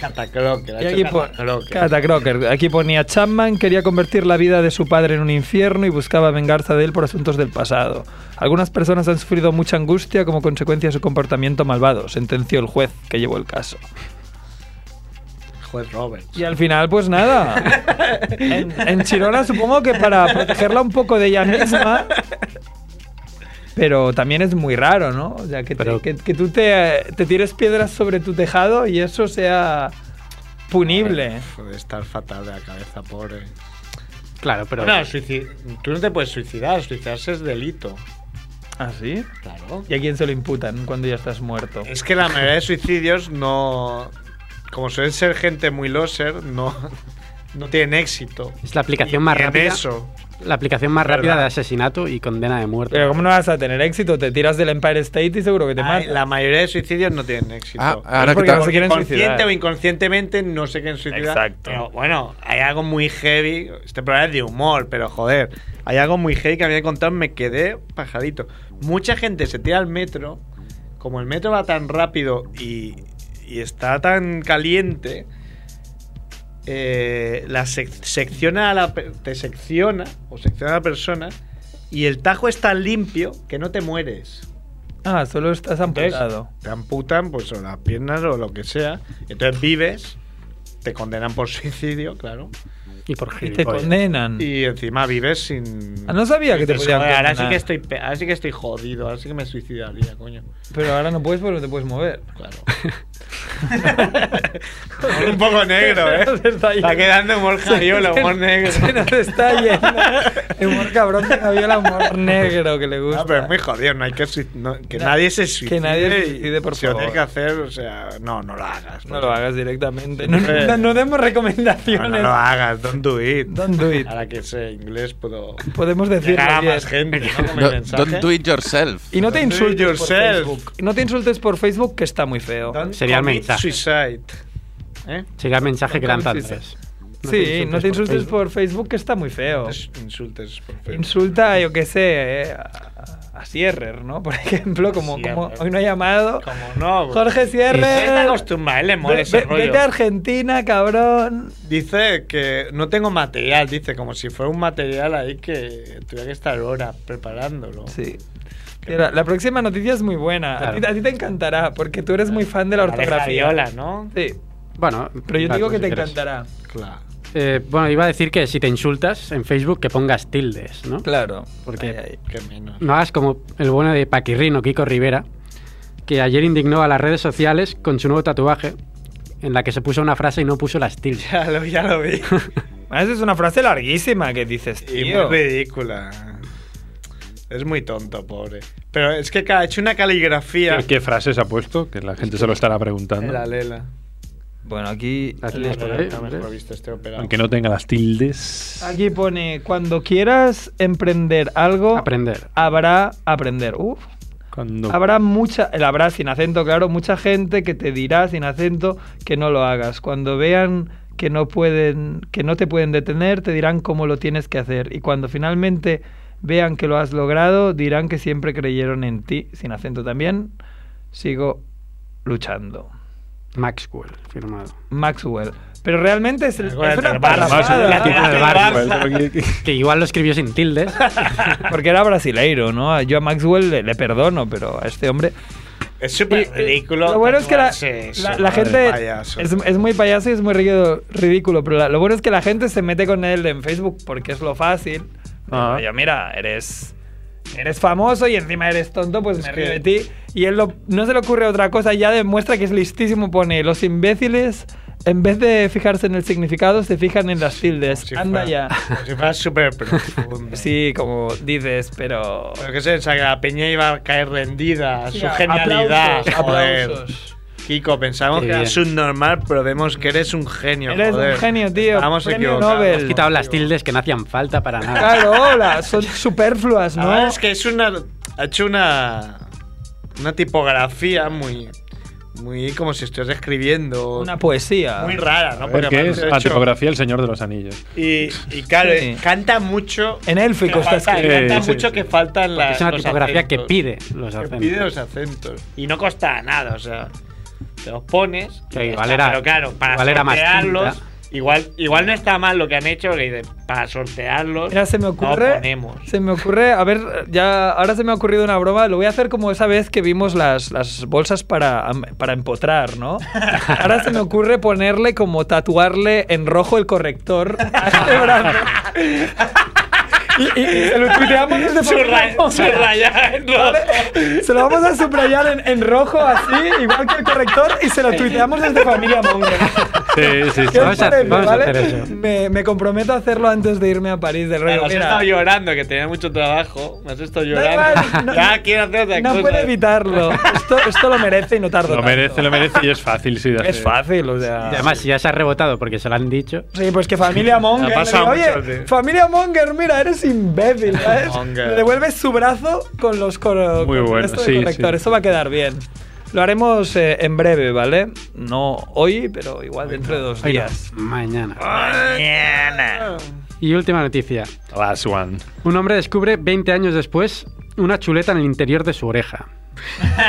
B: Catacroker. [laughs] ha
A: [laughs] Y
B: hecho
A: aquí, po-
B: catacroker.
A: Cata Crocker. aquí ponía Chapman quería convertir la vida de su padre en un infierno y buscaba vengarse de él por asuntos del pasado. Algunas personas han sufrido mucha angustia como consecuencia de su comportamiento malvado, sentenció el juez que llevó el caso.
B: Juez Robert.
A: Y al final, pues nada. En, en Chirona supongo que para protegerla un poco de ella misma. Pero también es muy raro, ¿no? O sea, que, te-
C: Pero-
A: que, que tú te, te tires piedras sobre tu tejado y eso sea punible.
B: Puede estar fatal de la cabeza, pobre.
C: Claro, pero...
B: No, suicid... tú no te puedes suicidar. Suicidarse es delito.
A: ¿Ah, sí?
B: Claro.
A: ¿Y a quién se lo imputan cuando ya estás muerto?
B: Es que la mayoría de suicidios no. Como suelen ser gente muy loser, no, no tienen éxito.
C: Es la aplicación
B: Y-
C: más
B: y en
C: rápida.
B: eso.
C: La aplicación más rápida
B: ¿Verdad?
C: de asesinato y condena de muerte.
A: Pero ¿cómo no vas a tener éxito? Te tiras del Empire State y seguro que te
B: Ay,
A: matan.
B: la mayoría de suicidios no tienen éxito.
D: Ah, ahora que
A: porque
D: te-
A: no se quieren
B: consciente
A: suicidar.
B: o inconscientemente no sé quién suicida.
A: Exacto.
B: Pero bueno, hay algo muy heavy. Este programa es de humor, pero joder. Hay algo muy heavy que a mí me contaron, me quedé pajadito. Mucha gente se tira al metro. Como el metro va tan rápido y, y está tan caliente, eh, la sec- secciona a la, pe- te secciona o secciona a la persona y el tajo es tan limpio que no te mueres.
A: Ah, solo estás
B: Entonces,
A: amputado.
B: te amputan pues o las piernas o lo que sea. Entonces vives, te condenan por [laughs] suicidio, claro.
C: Y por
A: Y te
C: gilipollas.
A: condenan.
B: Y encima vives sin.
A: Mm. Ah, no sabía que te
B: Dices,
A: podían
B: "Joder, Ahora sí
A: condenar".
B: que estoy, pe- ahora sí que estoy jodido, ahora sí que me suicidaría, coño.
A: Pero ahora no puedes porque no te pueres mover. [laughs]
B: Claro. [laughs] Humor un poco negro, eh.
A: [laughs] Se está yendo.
B: Está quedando humor javiola, humor negro.
A: [laughs] Se nos está yendo. El humor cabrón que no vio el humor negro que le gusta.
B: No, pero es muy jodido, no hay que, suic- no- que
A: No,
B: nadie se
A: que
B: suicide.
A: nadie se
B: y
A: suicide, por
B: Si lo tienes
A: favor.
B: que hacer, o sea, no, no lo hagas.
A: No lo hagas directamente. No,
B: Siempre-
A: no- no demos
B: No,
A: recomendaciones.
B: no lo hagas, don't do it.
A: Don't do it.
B: Ahora que sé inglés puedo
A: Podemos [laughs] decir
B: llegar a más gente.
A: [laughs]
B: ¿no? Con mi
D: No,
B: mensaje.
D: don't do it yourself.
A: Y no te
B: Don't do it
A: insultes por
B: yourself.
A: Facebook. No te insultes por Facebook, que está muy feo.
B: Don't
C: Sería el
B: commit
C: mensaje.
B: Suicide. ¿Eh?
C: Sería el mensaje que lanza
A: Entonces,
C: Andrés. No te
A: sí, no te insultes por Facebook, que está muy feo.
B: Es- Insultes por Facebook.
A: Insulta, yo qué sé, eh, a- a Sierrer, ¿no? Por ejemplo, como, como
B: Sierrer.
A: hoy no ha llamado.
B: Como no.
A: Jorge Sierrer.
B: Está acostumbrado, él le mola
A: Ve-
B: ese
A: ve-
B: rollo.
A: vete a Argentina, cabrón.
B: Dice que no tengo material, dice, como si fuera un material ahí que tuviera que estar horas preparándolo.
A: Sí. Mira, la próxima noticia es muy buena. A,
C: Claro.
A: ti, a ti te encantará, porque tú eres muy fan de la
B: Pareja
A: ortografía.
B: viola, ¿no?
A: Sí,
C: Bueno,
A: pero yo
C: dale,
A: digo que
C: Ah, pues si
A: te
C: quieres.
A: encantará.
B: Claro.
C: Eh, bueno, iba a decir que si te insultas en Facebook que pongas tildes, ¿no?
A: Claro.
C: Porque-
A: Ay, ay.
B: Que menos.
C: No hagas como el bueno de Paquirrino, Kiko Rivera, que ayer indignó a las redes sociales con su nuevo tatuaje, en la que se puso una frase y no puso las tildes.
B: [laughs] Ya lo, ya lo vi.
A: [laughs] Ah, Esa es una frase larguísima que dices,
B: Y
A: tío.
B: muy ridícula. Es muy tonto, pobre. Pero es que ha hecho una caligrafía
F: ¿Qué, qué frases ha puesto? Que la gente se lo estará preguntando.
B: en la lela.
A: Bueno, aquí...
C: Las tildes por ahí,
B: Está
C: hombre.
B: mejor visto este operado.
F: Aunque no tenga las tildes.
A: Aquí pone, cuando quieras emprender algo,
C: Oh. Aprender.
A: habrá aprender. Uf.
F: Cuando
A: Habrá mucha, el habrá sin acento, claro, mucha gente que te dirá sin acento que no lo hagas. Cuando vean que no pueden, que no te pueden detener, te dirán cómo lo tienes que hacer. Y cuando finalmente vean que lo has logrado, dirán que siempre creyeron en ti, sin acento también. Sigo luchando.
C: Maxwell, firmado.
A: Maxwell. Pero realmente es, es
B: Con el
A: una
B: del Barça.
A: parrafada.
B: Con el del
C: [laughs] Que igual lo escribió sin [laughs] tildes.
A: Porque era brasileiro, ¿no? Yo a Maxwell le, le perdono, pero a este hombre.
B: Es súper
A: Y- y
B: ridículo.
A: Lo bueno es que la,
B: tatuarse eso,
A: la- la
B: madre
A: gente
B: payaso.
A: es, es muy payaso y es muy rígido- ridículo, pero la- lo bueno es que la gente se mete con él en Facebook porque es lo fácil.
F: Ah.
A: Yo, mira, eres eres famoso y encima eres tonto, pues me río
B: que-
A: de ti. Y él lo- no se le ocurre otra cosa, ya demuestra que es listísimo. Pone, los imbéciles, en vez de fijarse en el significado, se fijan en las tildes.
B: Como si
A: Anda
B: fuera- [laughs]
A: ya.
B: como Si fuera súper [laughs] profundo.
A: Sí, como dices, pero...
B: Pero que se pensaba que la peña iba a caer rendida. a su genialidad.
A: Aplausos,
B: joder.
A: aplausos.
B: Kiko, pensamos
C: Qué
B: que eras
C: bien.
B: un normal, pero vemos que eres un genio.
A: Eres un
B: joder.
A: genio, tío.
B: Estamos
A: Premio
B: equivocados.
A: Nobel.
C: Has quitado las tildes que no hacían falta para nada.
A: Claro, hola, son superfluas,
B: La
A: ¿no?
B: verdad es que es una. Ha hecho una. Una tipografía muy. Muy como si estuvieras escribiendo.
A: Una poesía.
B: muy rara, ¿no?
F: A ver, ¿Qué
B: aparte
F: es?
B: pues de
F: La
B: hecho-
F: tipografía El Señor de los Anillos.
B: Y, y claro,
A: Sí.
B: eh, canta mucho.
A: En
B: que
A: élfico está
B: falta-
A: escrito.
B: Canta
F: Sí,
B: mucho
F: sí,
B: que
F: sí.
B: faltan las.
C: Es una
B: los
C: tipografía que
B: acentos.
C: pide los
B: Que
C: acentos.
B: pide los acentos. Y no cuesta nada, o sea. Te los pones. y
C: Que
B: ya
C: igual
B: está.
C: era-
B: Pero claro, para
C: igual era más
B: sortearlos.
C: tinta.
B: Igual, igual no está mal lo que han hecho, que dicen, para sortearlos.
A: Mira, se me
B: no
A: ocurre.
B: ponemos.
A: [laughs] Se me ocurre, a ver, ya ahora se me ha ocurrido una broma, lo voy a hacer como esa vez que vimos las, las bolsas para, am- para
B: [laughs]
A: empotrar, ¿no? Ahora se me ocurre ponerle como tatuarle en rojo el corrector a este
B: [laughs]
A: brazo. Y, y- y se lo tuiteamos desde por [laughs]
B: Subraya- subrayarlo.
A: Se lo vamos a subrayar en, en rojo así, igual que el corrector, y se lo tuiteamos desde Familia Monger.
F: Sí, sí, sí.
A: ¿Qué os
C: Vamos a-
A: parece,
C: vamos a
A: vale?
C: hacer eso.
A: Me, me comprometo a hacerlo antes de irme a París del rollo.
B: Claro, has
A: mira,
B: estado llorando, que tenía mucho trabajo. Me has estado llorando. [laughs]
A: igual, no-
B: ya quiero hacer otra
A: no
B: cosa.
A: puede evitarlo. Esto, esto lo merece y no tardo
F: Lo
A: tanto.
F: merece, lo merece y es fácil, sí. de
A: Es
F: hacer.
A: fácil, o sea.
C: Y además, si ya se ha rebotado porque se lo han dicho.
A: Sí, pues que familia Monger.
B: Ha
A: le
B: pasado
A: digo, Oye,
B: mucho, sí.
A: familia Monger, mira,
B: [laughs]
A: eres imbécil, ¿sabes?
B: Monger.
A: Le devuelves su brazo con los coro
F: Muy
A: con
F: bueno,
A: esto de
F: sí,
A: corrector.
F: sí.
A: Esto va a quedar bien. Lo haremos eh, en breve, ¿vale? No hoy, pero igual dentro de dos
C: Ay, no,
A: días.
C: Mañana.
B: Mañana.
C: Y última noticia.
F: Last one.
C: Un hombre descubre 20 años después una chuleta en el interior de su oreja. [laughs]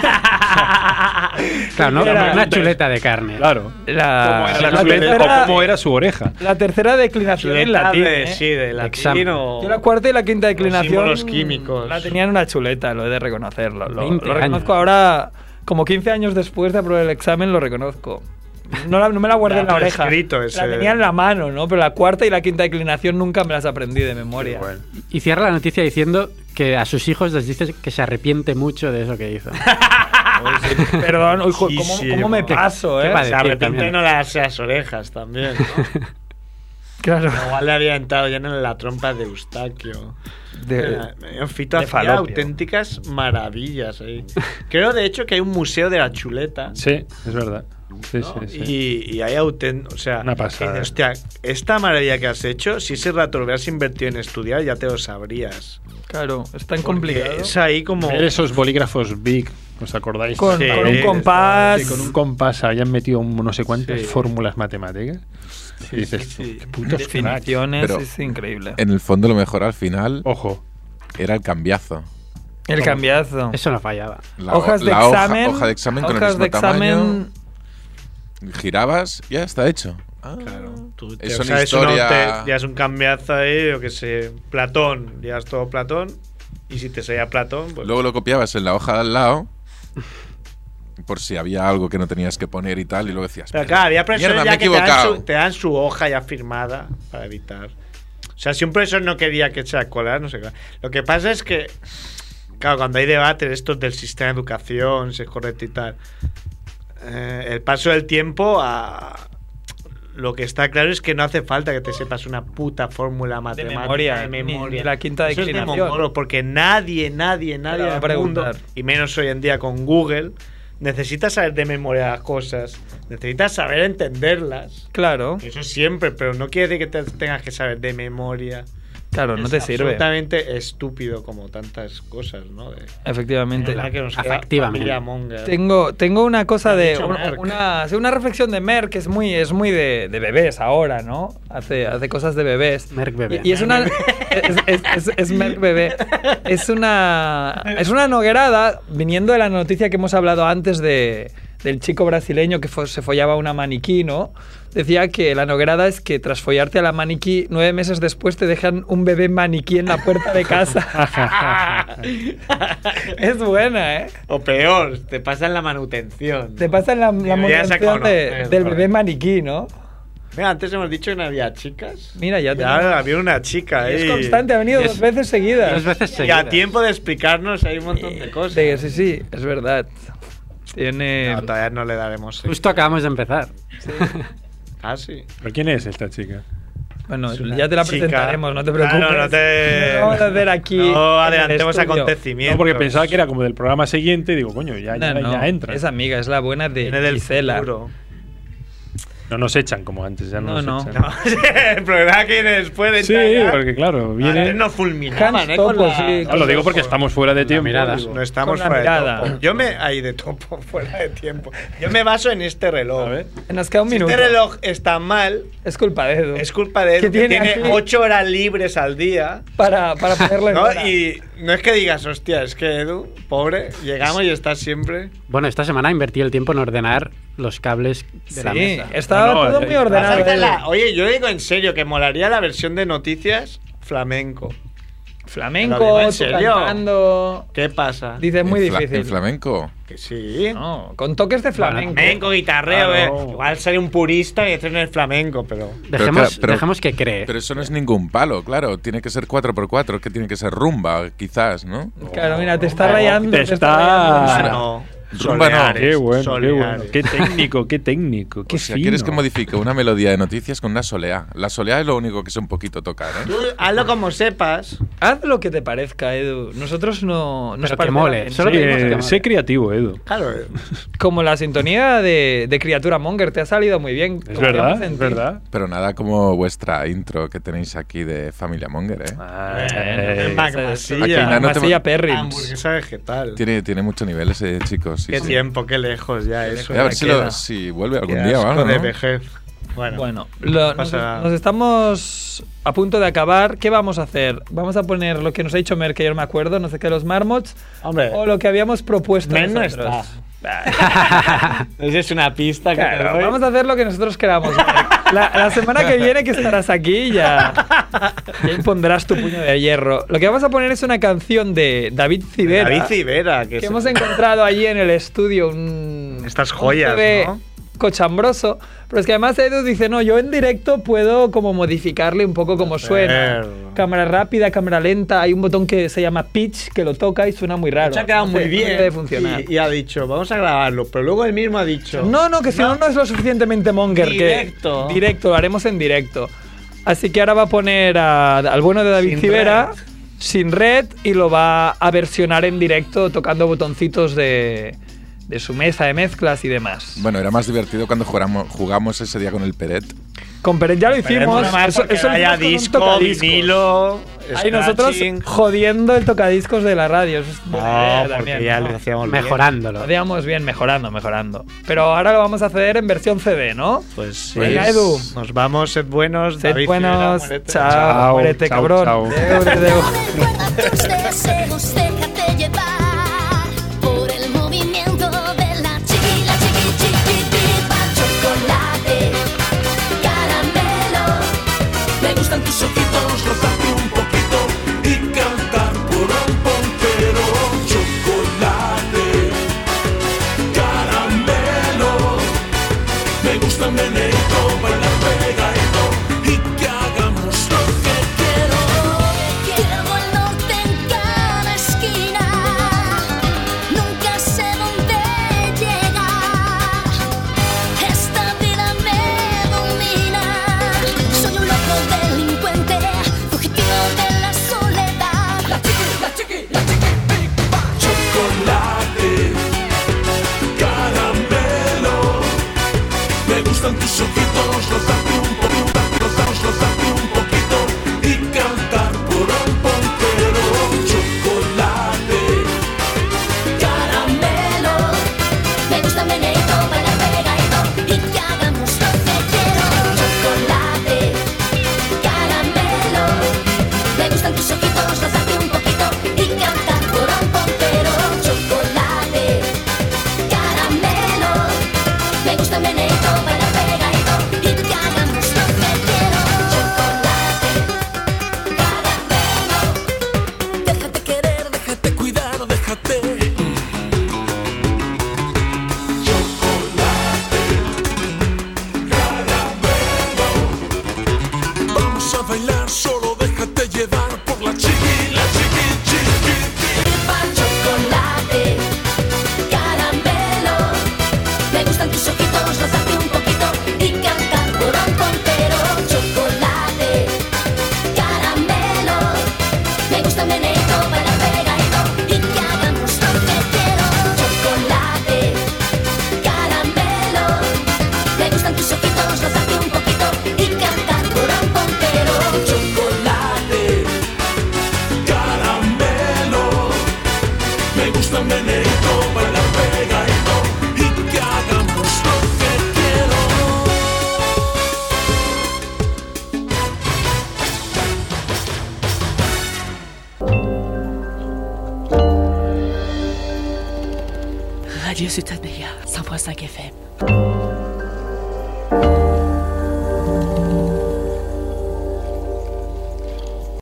C: Claro, no,
A: Era-
C: una chuleta de carne.
F: Claro.
A: La,
F: Es
A: la
F: la chuleta,
A: tercera,
F: o cómo era su oreja.
A: la tercera declinación en latín.
B: de,
A: ¿eh?
B: sí, de
C: Examen.
B: latín o-
A: Yo la cuarta y la quinta declinación.
B: símbolos químicos.
A: La tenían una chuleta, lo he de reconocerlo. Lo,
C: 20
A: lo reconozco
C: años.
A: ahora, como 15 años después de aprobar el examen, lo reconozco. No, la- no me la guardé
B: La
A: en la
B: habrá
A: oreja.
B: escrito ese-
A: La tenía en la mano, ¿no? Pero la cuarta y la quinta declinación nunca me las aprendí de memoria.
F: Bueno.
C: Y cierra la noticia diciendo que a sus hijos les dice que se arrepiente mucho de eso que hizo.
A: Perdón, uy, jo,
B: Sí,
A: ¿cómo,
B: sí,
A: cómo me
B: qué-
A: paso,
C: qué
A: eh?
C: padre.
B: Se arrepiente
C: también.
B: no las, las orejas también. ¿no?
A: Claro.
B: Igual le había entrado ya en la trompa de Eustaquio.
A: De-
B: Mira, en Fito
A: de
B: hacía
A: falopio.
B: auténticas maravillas ahí. Creo de hecho que hay un museo de la chuleta.
F: Sí, es verdad. Sí,
B: ¿no?
F: sí, sí.
B: Y, y hay auténtico. O sea,
F: Una pasada.
B: que dices, hostia, esta maravilla que has hecho, si ese rato lo hubieras invertido en estudiar, ya te lo sabrías.
A: Claro, es tan
B: Porque
A: complicado.
B: Es ahí como.
F: Ver esos bolígrafos big, ¿os acordáis?
A: Con,
B: Sí,
A: con un
B: sí,
A: compás.
F: Sí, con un compás habían metido un- no sé cuántas
B: Sí.
F: fórmulas matemáticas. y dices,
B: sí, sí.
F: "Qué putos cracks".
A: definiciones,
D: Pero-
A: es increíble.
F: Oh.
D: En el fondo, lo mejor al final
F: Ojo.
D: era el cambiazo.
A: El cambiazo.
C: Eso no fallaba.
D: La,
A: hojas de
D: la hoja-
A: examen.
D: Hoja, de examen con
A: hojas
D: el mismo
A: de examen.
D: tamaño. Girabas, ya está hecho. Ah,
B: Claro, tú te-
D: Eso
B: o
D: en
B: sea, eso no
D: historia-
B: te- ya es un cambiazo ahí, yo que sé, Platón, ya es todo Platón, y si te salía Platón, pues
D: Luego lo copiabas en la hoja de al
B: [laughs]
D: lado. Por si había algo que no tenías que poner y tal, y luego decías.
B: Pero
D: "Mierda,
B: claro, había profesores
D: mierda, me
B: ya
D: he
B: que te dan,
D: equivocado.
B: su, te dan su hoja ya firmada para evitar. O sea, si un profesor no quería que se colar, no sé qué. Lo que pasa es que, claro, cuando hay debates estos del sistema de educación, si es correcto y tal, eh, el paso del tiempo a... Lo que está claro es que no hace falta que te sepas una puta fórmula matemática
A: memoria,
B: de
A: ni-
B: memoria.
A: ni la quinta
B: Eso es de
A: declinación.
B: mongolo, porque nadie, nadie,
A: la
B: nadie
A: va a
B: del
A: preguntar.
B: mundo, y menos hoy en día con Google, necesitas saber de memoria las cosas, necesitas saber entenderlas.
A: Claro,
B: Eso siempre, pero no quiere decir que te tengas que saber de memoria.
A: claro, no te
B: es
A: sirve.
B: Absolutamente estúpido como tantas cosas, ¿no? De,
A: Efectivamente.
B: la que nos queda
C: Afectivamente.
B: familia Monger.
A: Tengo, tengo una cosa
B: Te ha
A: de.
B: dicho
A: Una,
B: Merck.
A: una, sí, una reflexión de Merck que es muy, es muy de, de bebés ahora, ¿no? Hace, hace cosas de bebés.
C: Merck bebé.
A: Y, y es una. es, es, es- es Merck bebé.
B: [laughs]
A: Es una. Es una noguerada viniendo de la noticia que hemos hablado antes de, del chico brasileño que fo- se follaba a una maniquí, ¿no? Decía que la noguerada es que tras follarte a la maniquí, nueve meses después te dejan un bebé maniquí en la puerta de casa. [laughs] es buena, ¿eh?
B: [laughs] O peor, te pasan la manutención.
A: Te pasan la, la
B: Ya se
A: manutención
B: conoce,
A: de-
B: es
A: del
B: verdad.
A: bebé maniquí, ¿no?
B: Mira, antes hemos dicho que no había chicas.
A: Mira, ya
B: Y
A: te-
B: ahora había una chica
A: y
B: ahí.
A: Es constante, ha venido
C: Y es-
A: dos veces
C: Dos
A: seguidas.
C: veces
B: Y a
C: seguidas.
B: tiempo de explicarnos hay un montón
A: Eh,
B: de cosas.
A: Sí, sí, sí, es verdad. Tiene...
B: No, todavía no le daremos. sexo.
C: Justo acabamos de empezar.
B: Ah, sí.
F: ¿Pero quién es esta chica?
A: Bueno,
B: Es una
A: ya te la
B: chica.
A: presentaremos, no te preocupes.
B: Claro, no te-
A: No [laughs] vamos a hacer aquí. en el
B: No adelantemos
A: estudio.
B: acontecimientos.
F: No, porque pensaba que era como del programa siguiente y digo, coño, ya,
A: No,
F: ya,
A: no,
F: ya entra.
A: Es amiga, es la buena de
B: Viene del
A: Gisela.
B: futuro.
F: No nos echan como antes, ya
A: No,
F: no, nos
A: no.
F: echan.
B: No, [laughs] el programa que viene después de
F: Sí,
B: Italia.
F: porque claro,
B: Antes
F: viene.
B: nos fulminaban,
A: Hans
B: ¿eh? Con
A: Topo,
B: la-
A: sí.
F: No, lo digo porque estamos fuera de tiempo.
C: mirada.
F: digo.
B: No estamos
A: Con la
B: fuera
A: mirada.
B: de topo. Yo me. Ahí de topo, [laughs] fuera de tiempo. Yo me baso en este reloj.
F: A ver.
A: Nos queda un
B: Si
A: minuto.
B: este reloj está mal,
A: Es culpa de Edu.
B: es culpa de él
A: Que
B: que
A: tiene
B: tiene
A: aquí-
B: ocho horas libres al día. [laughs]
A: Para, para ponerle.
B: ¿no?
A: hora.
B: Y no es que digas, hostia, es que Edu, pobre, llegamos y está siempre.
C: Bueno, esta semana invertí el tiempo en ordenar los cables de la
A: Sí,
C: mesa.
A: estaba
F: No, no,
A: todo
F: eh,
A: muy ordenado.
B: Falta
A: Edu.
B: la- oye, yo digo en serio que molaría la versión de noticias flamenco. Lo digo
A: Flamenco,
B: en
A: tú
B: serio.
A: cantando.
B: ¿Qué pasa?
A: Dice, es muy
D: En fla- En
A: difícil.
D: flamenco.
B: que sí.
A: No, con toques de flamenco.
B: Flamenco, guitarreo,
F: Claro.
B: eh. igual sale un purista y este no es flamenco, pero.
C: Dejemos,
D: claro, pero-
C: dejemos que
B: Eh.
C: cree.
D: Pero eso no es ningún palo, claro. Tiene que ser 4x4, que tiene que ser rumba, quizás, ¿no?
A: Claro, mira, te está
F: Oh,
A: rayando.
F: te está-
A: rayando.
F: Ah,
B: no.
D: Rumba no.
B: Soleares,
F: Qué bueno, qué
B: soleares.
F: bueno. Qué técnico, qué técnico. Qué
D: O sea, Pues quieres
F: fino.
D: que modifique una melodía de noticias con una soleá. La soleá es lo único que sé un poquito tocar,
B: Tú
D: ¿eh?
B: hazlo como sepas.
A: Haz lo que te parezca, Edu. Nosotros no nos
C: Pero que
A: parece
C: mole,
A: bien.
C: solo
F: Sí,
C: pedimos que
F: eh, sé
C: modifique.
F: creativo, Edu.
B: Claro. eh.
A: Como la sintonía de, de Criatura Monger, te ha salido muy bien.
F: Es
A: Confiamos
F: verdad,
A: en
F: es
A: ti.
F: verdad.
D: Pero nada como vuestra intro que tenéis aquí de Familia Monger, ¿eh?
F: Eh,
B: Mac
A: Esa-
B: Masilla.
D: Aquí nada, no te-
A: Masilla Perrins.
B: Hamburguesa vegetal.
D: Tiene, tiene mucho nivel ese chico, sí,
B: qué
D: sí.
B: tiempo, qué lejos ya eso.
D: Voy a ver
B: ya
D: si, lo-
B: queda.
D: si vuelve algún
B: Qué
D: día o
B: asco
D: algo,
B: de
D: ¿no?
B: vejez. Bueno,
A: Bueno, lo- nos,
B: Pasa-
A: nos estamos a punto de acabar. ¿Qué vamos a hacer? Vamos a poner lo que nos ha dicho Mer, que yo no me acuerdo, no sé qué, los marmots,
B: hombre,
A: o lo que habíamos propuesto
B: Men no
A: nosotros.
B: esa es una pista que te
A: Claro,
B: doy.
A: vamos a hacer lo que nosotros queramos. [laughs] Marc. La, la semana que viene que estarás aquí ya, ya impondrás tu puño de hierro. Lo que vamos a poner es una canción de David Civera.
B: David Civera, que,
A: que
B: se-
A: hemos encontrado allí en el
B: [laughs]
A: estudio un...
B: Estas
A: un
B: joyas,
A: CD
B: ¿no?
A: cochambroso. Pero es que además Edu dice, no, yo en directo puedo como modificarle un poco como suena.
B: Perro.
A: Cámara rápida, cámara lenta, hay un botón que se llama pitch que lo toca y suena muy raro.
B: Se ha quedado
A: No
B: muy
A: sé, no
B: bien.
A: debe funcionar.
B: Y, y ha dicho, vamos a grabarlo. Pero luego él mismo ha dicho.
A: No, no, que si no, no es lo suficientemente monger. que-
B: Directo.
A: directo, lo haremos en directo. Así que ahora va a poner a- al bueno de David
B: Sin
A: Civera
B: red.
A: sin red y lo va a versionar en directo tocando botoncitos de, de su mesa de mezclas y demás.
D: Bueno, era más divertido cuando jugamos, jugamos ese día con el Peret.
A: Con Pérez ya lo hicimos.
B: Eso,
A: lo
B: haya
A: hicimos
B: disco,
A: con un tocadiscos.
B: vinilo.
A: Ahí nosotros
B: scratching.
A: jodiendo el tocadiscos de la radio. Eso es buena idea
B: No, porque
A: también,
B: ya
A: ¿no?
B: lo hacíamos bien.
A: Lo
C: Mejorándolo.
A: hacíamos bien, mejorando, mejorando. Pero ahora lo vamos a hacer en versión CD, ¿no?
B: Pues sí.
A: Venga, Edu.
B: Nos vamos, sed buenos.
A: Sed
B: David
A: buenos.
B: Civera, muérete.
A: chao.
F: Chao,
A: muérete,
F: chao,
A: cabrón.
F: chao.
A: Deu, deu, deu.
H: Recuerda tus deseos, déjate llevar. meneo, baila, pega esto y que hagamos lo que quiero.
I: Quiero el norte en cada esquina, nunca sé dónde llegar. Esta vida me domina, soy un loco delincuente, fugitivo de la soledad.
H: Chocolate, caramelo, me gustan tus ojitos, rozarte un poquito, rozaos, rozarte un poquito y cantar por un pontero. Chocolate,
I: Caramelo, me gusta el meneito, baila pegadito y que hagamos lo que quiero. Chocolate, caramelo, me gustan tus ojitos, rozarte un poquito y cantar por un pompero. Chocolate, caramelo, me gusta el meneito, baila pegadito y que hagamos lo que quiero. Chocolate, caramelo.
H: déjate querer, déjate cuidar, déjate. Chocolate, caramelo, vamos a bailar, solo déjate llevar por la chiqui, la chiqui, chiqui, chiqui.
I: Chocolate, caramelo, me gustan tus ojitos, rozarte un poquito y cantar por un pontero. Chocolate, caramelo, me gusta el meneito, baila pegadito y que hagamos lo que quiero. Chocolate, caramelo, me gustan tus ojitos, rozarte un poquito y cantar por un pontero.
H: Chocolate, caramelo, me gusta el meneito, baila pegadito y que hagamos lo que quiero.
J: Radio Sud-Athéa, 100.5 FM.